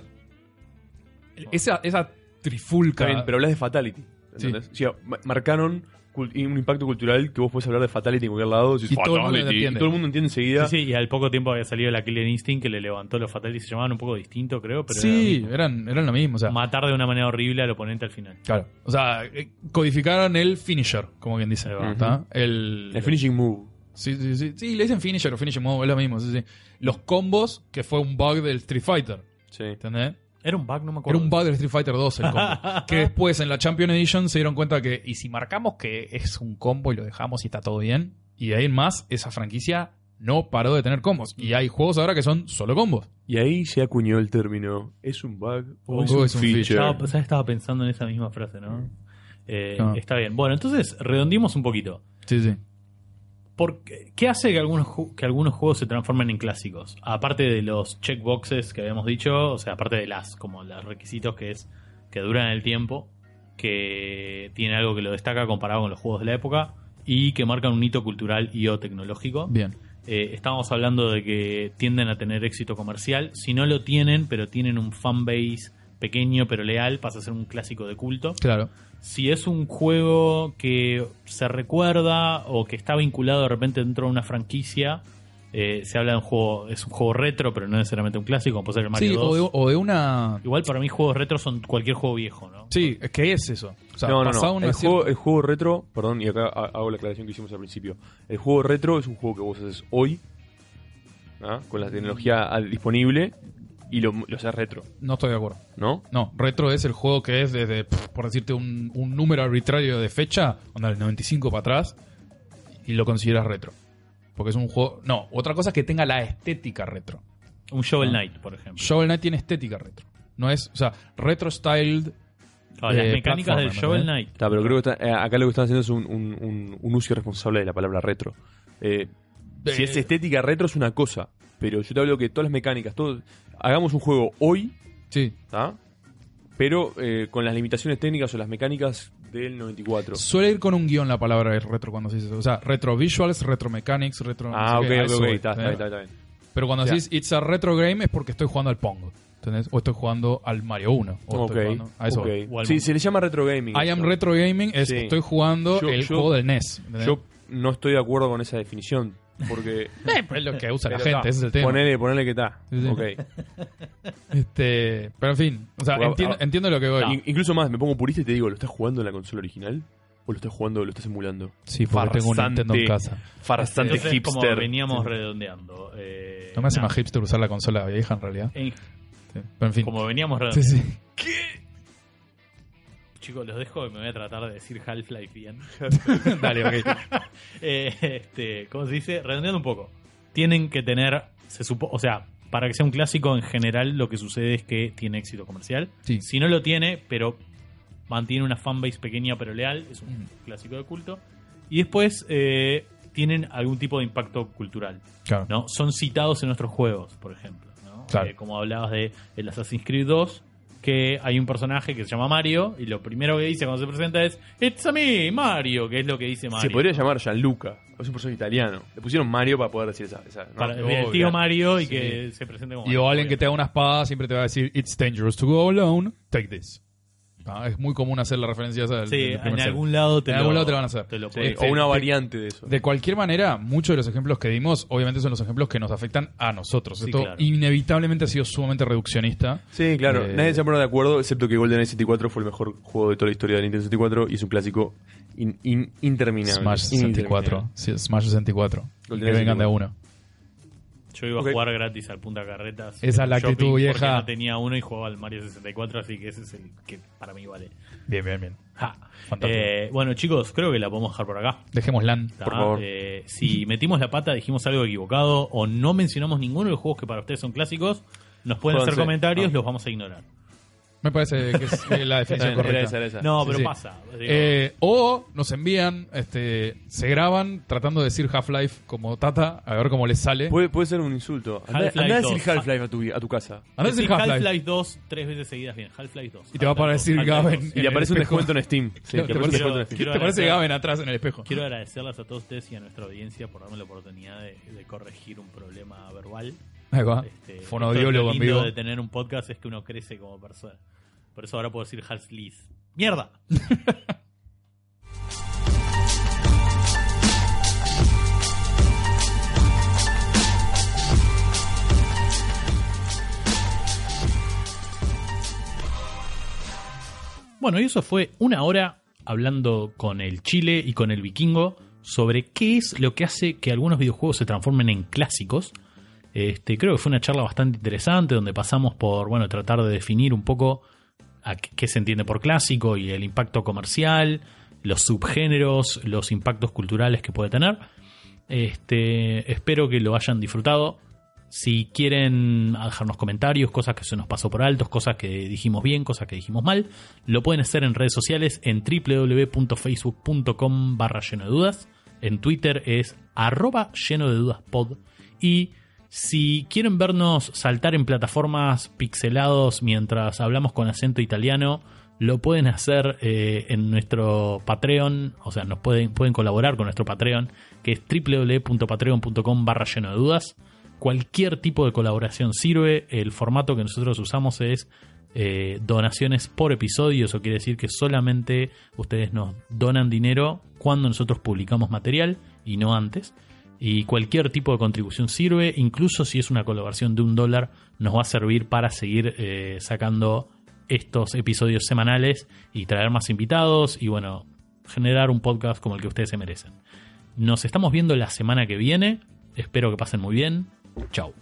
el- esa, esa trifulca... Está bien, pero hablas de Fatality. ¿entendés? O sea, ma- marcaron cul- un impacto cultural que vos podés hablar de Fatality en cualquier lado. decís, Y todo el mundo lo "Fatality", entiende. y todo el mundo entiende enseguida. Sí, sí, y al poco tiempo había salido la Killer Instinct que le levantó los fatalities, se llamaban un poco distinto, creo, pero era lo sí, mismo. eran, eran lo mismo. O sea, matar de una manera horrible al oponente al final. claro. O sea, eh, codificaron el finisher, como quien dice. va. ¿tá? El, El finishing move. Sí, sí, sí. Sí, le dicen finisher o finishing mode, es lo mismo. sí, sí. Los combos, que fue un bug del Street Fighter, Sí. ¿entendés? Era un bug, no Era me acuerdo. un bug del Street Fighter 2 el combo. que después en la Champion Edition se dieron cuenta que, y si marcamos que es un combo y lo dejamos y está todo bien, y de ahí en más, esa franquicia no paró de tener combos. Y hay juegos ahora que son solo combos. Y ahí se acuñó el término. ¿Es un bug o, O es, un feature? Estaba, ¿sabes? estaba pensando en esa misma frase, ¿no? Eh, Ah. Está bien. Bueno, entonces redondimos un poquito. Sí, sí. ¿Por qué, qué hace que algunos, ju- que algunos juegos se transformen en clásicos? Aparte de los checkboxes que habíamos dicho, o sea, aparte de las, como los requisitos que es que duran el tiempo, que tiene algo que lo destaca comparado con los juegos de la época y que marcan un hito cultural y o tecnológico. Bien. Eh, estábamos hablando de que tienden a tener éxito comercial. Si no lo tienen, pero tienen un fanbase pequeño pero leal, pasa a ser un clásico de culto Claro. si es un juego que se recuerda o que está vinculado de repente dentro de una franquicia, eh, se habla de un juego, es un juego retro, pero no necesariamente un clásico, como puede ser el Mario sí, 2. o de, o de una. Igual para mí juegos retro son cualquier juego viejo, ¿no? Sí, es que es eso. O sea, no, no, pasado no. una El cierta- juego, el juego retro, perdón, y acá ha- hago la aclaración que hicimos al principio. El juego retro es un juego que vos haces hoy, ¿ah? con la tecnología a- disponible, y lo, lo haces retro, No estoy de acuerdo. ¿no? No, retro es el juego que es desde, pf, por decirte, un, un número arbitrario de fecha, onda del 95 para atrás, y lo consideras retro. Porque es un juego. No, otra cosa es que tenga la estética retro. Un Ah. Shovel Knight, por ejemplo. Shovel Knight tiene estética retro. No es, o sea, retro styled. Ah, las eh, mecánicas del platformer, Shovel ¿no? Knight. Está, pero creo que está- eh, acá lo que están haciendo es un, un- un- un uso irresponsable de la palabra retro. Eh, si Eh, es estética retro es una cosa, pero yo te hablo que todas las mecánicas, todo, hagamos un juego hoy, Sí. ¿tá? pero eh, con las limitaciones técnicas o las mecánicas del 94. Suele ir con un guión la palabra retro cuando se dice eso. O sea, retro visuals, retro mechanics, retro. no Ah, sé ok, qué, a ok, eso ok, voy, está, está, ¿entendés? está, está bien. Pero cuando Ya. decís it's a retro game es porque estoy jugando al Pong. ¿Entendés? O estoy jugando al Mario 1. O Ok, estoy jugando a eso. ok. voy. O al Sí, mundo. se le llama retro gaming. I am eso. retro ¿eh? gaming es Sí. estoy jugando Yo- el yo- juego E del NES. ¿entendés? Yo no estoy de acuerdo con esa definición. Porque. Eh, pero es lo que usa la Pero gente, está, ese es el tema. Ponele, ponele que está. Sí, sí. Ok. Este, pero en fin, o sea, Bueno, entiendo, ah, entiendo lo que voy. In- incluso más, me pongo purista y te digo, ¿lo estás jugando en la consola original? ¿O lo estás jugando, lo estás emulando? Sí, porque tengo un Farsante. Nintendo en casa. Farsante Entonces, como hipster. veníamos redondeando. eh, No me hace nada. más hipster usar la consola vieja en realidad. En- Sí, Pero en fin. Como veníamos Sí, redondeando. sí. Chicos, los dejo y me voy a tratar de decir Half-Life bien. Dale, ok. Eh, este, ¿Cómo se dice? Redondeando un poco. Tienen que tener, se supo, o sea, para que sea un clásico en general lo que sucede es que tiene éxito comercial. Sí. Si no lo tiene, pero mantiene una fanbase pequeña pero leal, es un Ujú. clásico de culto. Y después eh, tienen algún tipo de impacto cultural. Claro. ¿no? Son citados en nuestros juegos, por ejemplo. ¿no? Claro. Eh, como hablabas de el Assassin's Creed 2, que hay un personaje que se llama Mario, y lo primero que dice cuando se presenta es It's a me, Mario, que es lo que dice Mario. Se podría llamar Gianluca. Es un personaje italiano. Le pusieron Mario para poder decir esa. esa, ¿no? Para- obvio. el tío Mario y que se presente como Y o alguien que te da una espada siempre te va a decir, It's dangerous to go alone, take this. Ah, es muy común hacer la referencia esa del, Sí, del en comercial. algún lado te En lo, algún lado te lo van a hacer. te lo Sí, pueden- o una te- variante de eso. eh, De cualquier manera, muchos de los ejemplos que dimos, obviamente son los ejemplos que nos afectan a nosotros. Sí, Esto claro. inevitablemente ha sido sumamente reduccionista. Sí, claro. Eh, Nadie se pone de acuerdo, excepto que GoldenEye 64 fue el mejor juego de toda la historia de Nintendo 64 y es un clásico in- in- interminable. Smash 64. Interminable. Sí, Smash 64. Y Golden que vengan 64. de a uno. Yo iba Ok. a jugar gratis al Punta Carretas. Esa es la shopping, actitud porque vieja. No tenía uno y jugaba al Mario 64, así que ese es el que para mí vale. Bien, bien, bien. Ja. Fantástico. Eh, bueno, chicos, creo que la podemos dejar por acá. Dejemos LAN. Está, Por favor. eh, si metimos la pata, dijimos algo equivocado o no mencionamos ninguno de los juegos que para ustedes son clásicos, nos pueden hacer Jódanse. comentarios, Ah. los vamos a ignorar. Me parece que es eh, la Era- definición era correcta. esa, era esa. No, Sí, pero sí. pasa. Digo, Eh, o nos envían, este, se graban tratando de decir Half-Life como Tata, a ver cómo les sale. Puede, puede ser un insulto. Andá, Half-Life andá a 2. decir Half-Life a tu, a tu casa. Andá a decir decir Half-Life Half-Life. 2 tres veces seguidas bien. Half-Life 2. Y te va a Half-Life 2, aparecer Half-Life 2. Gaben. Y En le el aparece un espejo. descuento en Steam. Sí, Claro, le te aparece un parece- descuento ¿Te en Steam. Quiero parece agradecer- Gaben atrás en el espejo? Quiero agradecerles a todos ustedes y a nuestra audiencia por darme la oportunidad de, de corregir un problema verbal. Ahí va. Este, Fonodiólogo en esto es lo lindo vivo. de tener un podcast es que uno crece como persona. Por eso ahora puedo decir Half-Life. ¡Mierda! Bueno, y eso fue una hora hablando con el Chile y con el vikingo sobre qué es lo que hace que algunos videojuegos se transformen en clásicos. Este, creo que fue una charla bastante interesante donde pasamos por bueno, tratar de definir un poco a qué qué se entiende por clásico y el impacto comercial, los subgéneros, los impactos culturales que puede tener. Este, espero que lo hayan disfrutado. Si quieren dejarnos comentarios, cosas que se nos pasó por altos, cosas que dijimos bien, cosas que dijimos mal, lo pueden hacer en redes sociales en www.facebook.com barra lleno de dudas. En Twitter es arroba lleno de dudas pod. Y si quieren vernos saltar en plataformas pixelados mientras hablamos con acento italiano, lo pueden hacer eh, en nuestro Patreon, o sea, nos pueden, pueden colaborar con nuestro Patreon, que es www.patreon.com barra lleno de dudas. Cualquier tipo de colaboración sirve, el formato que nosotros usamos es eh, donaciones por episodio, eso quiere decir que solamente ustedes nos donan dinero cuando nosotros publicamos material y no antes. Y cualquier tipo de contribución sirve, incluso si es una colaboración de un dólar, nos va a servir para seguir eh, sacando estos episodios semanales y traer más invitados y bueno, generar un podcast como el que ustedes se merecen. Nos estamos viendo la semana que viene, espero que pasen muy bien, chao.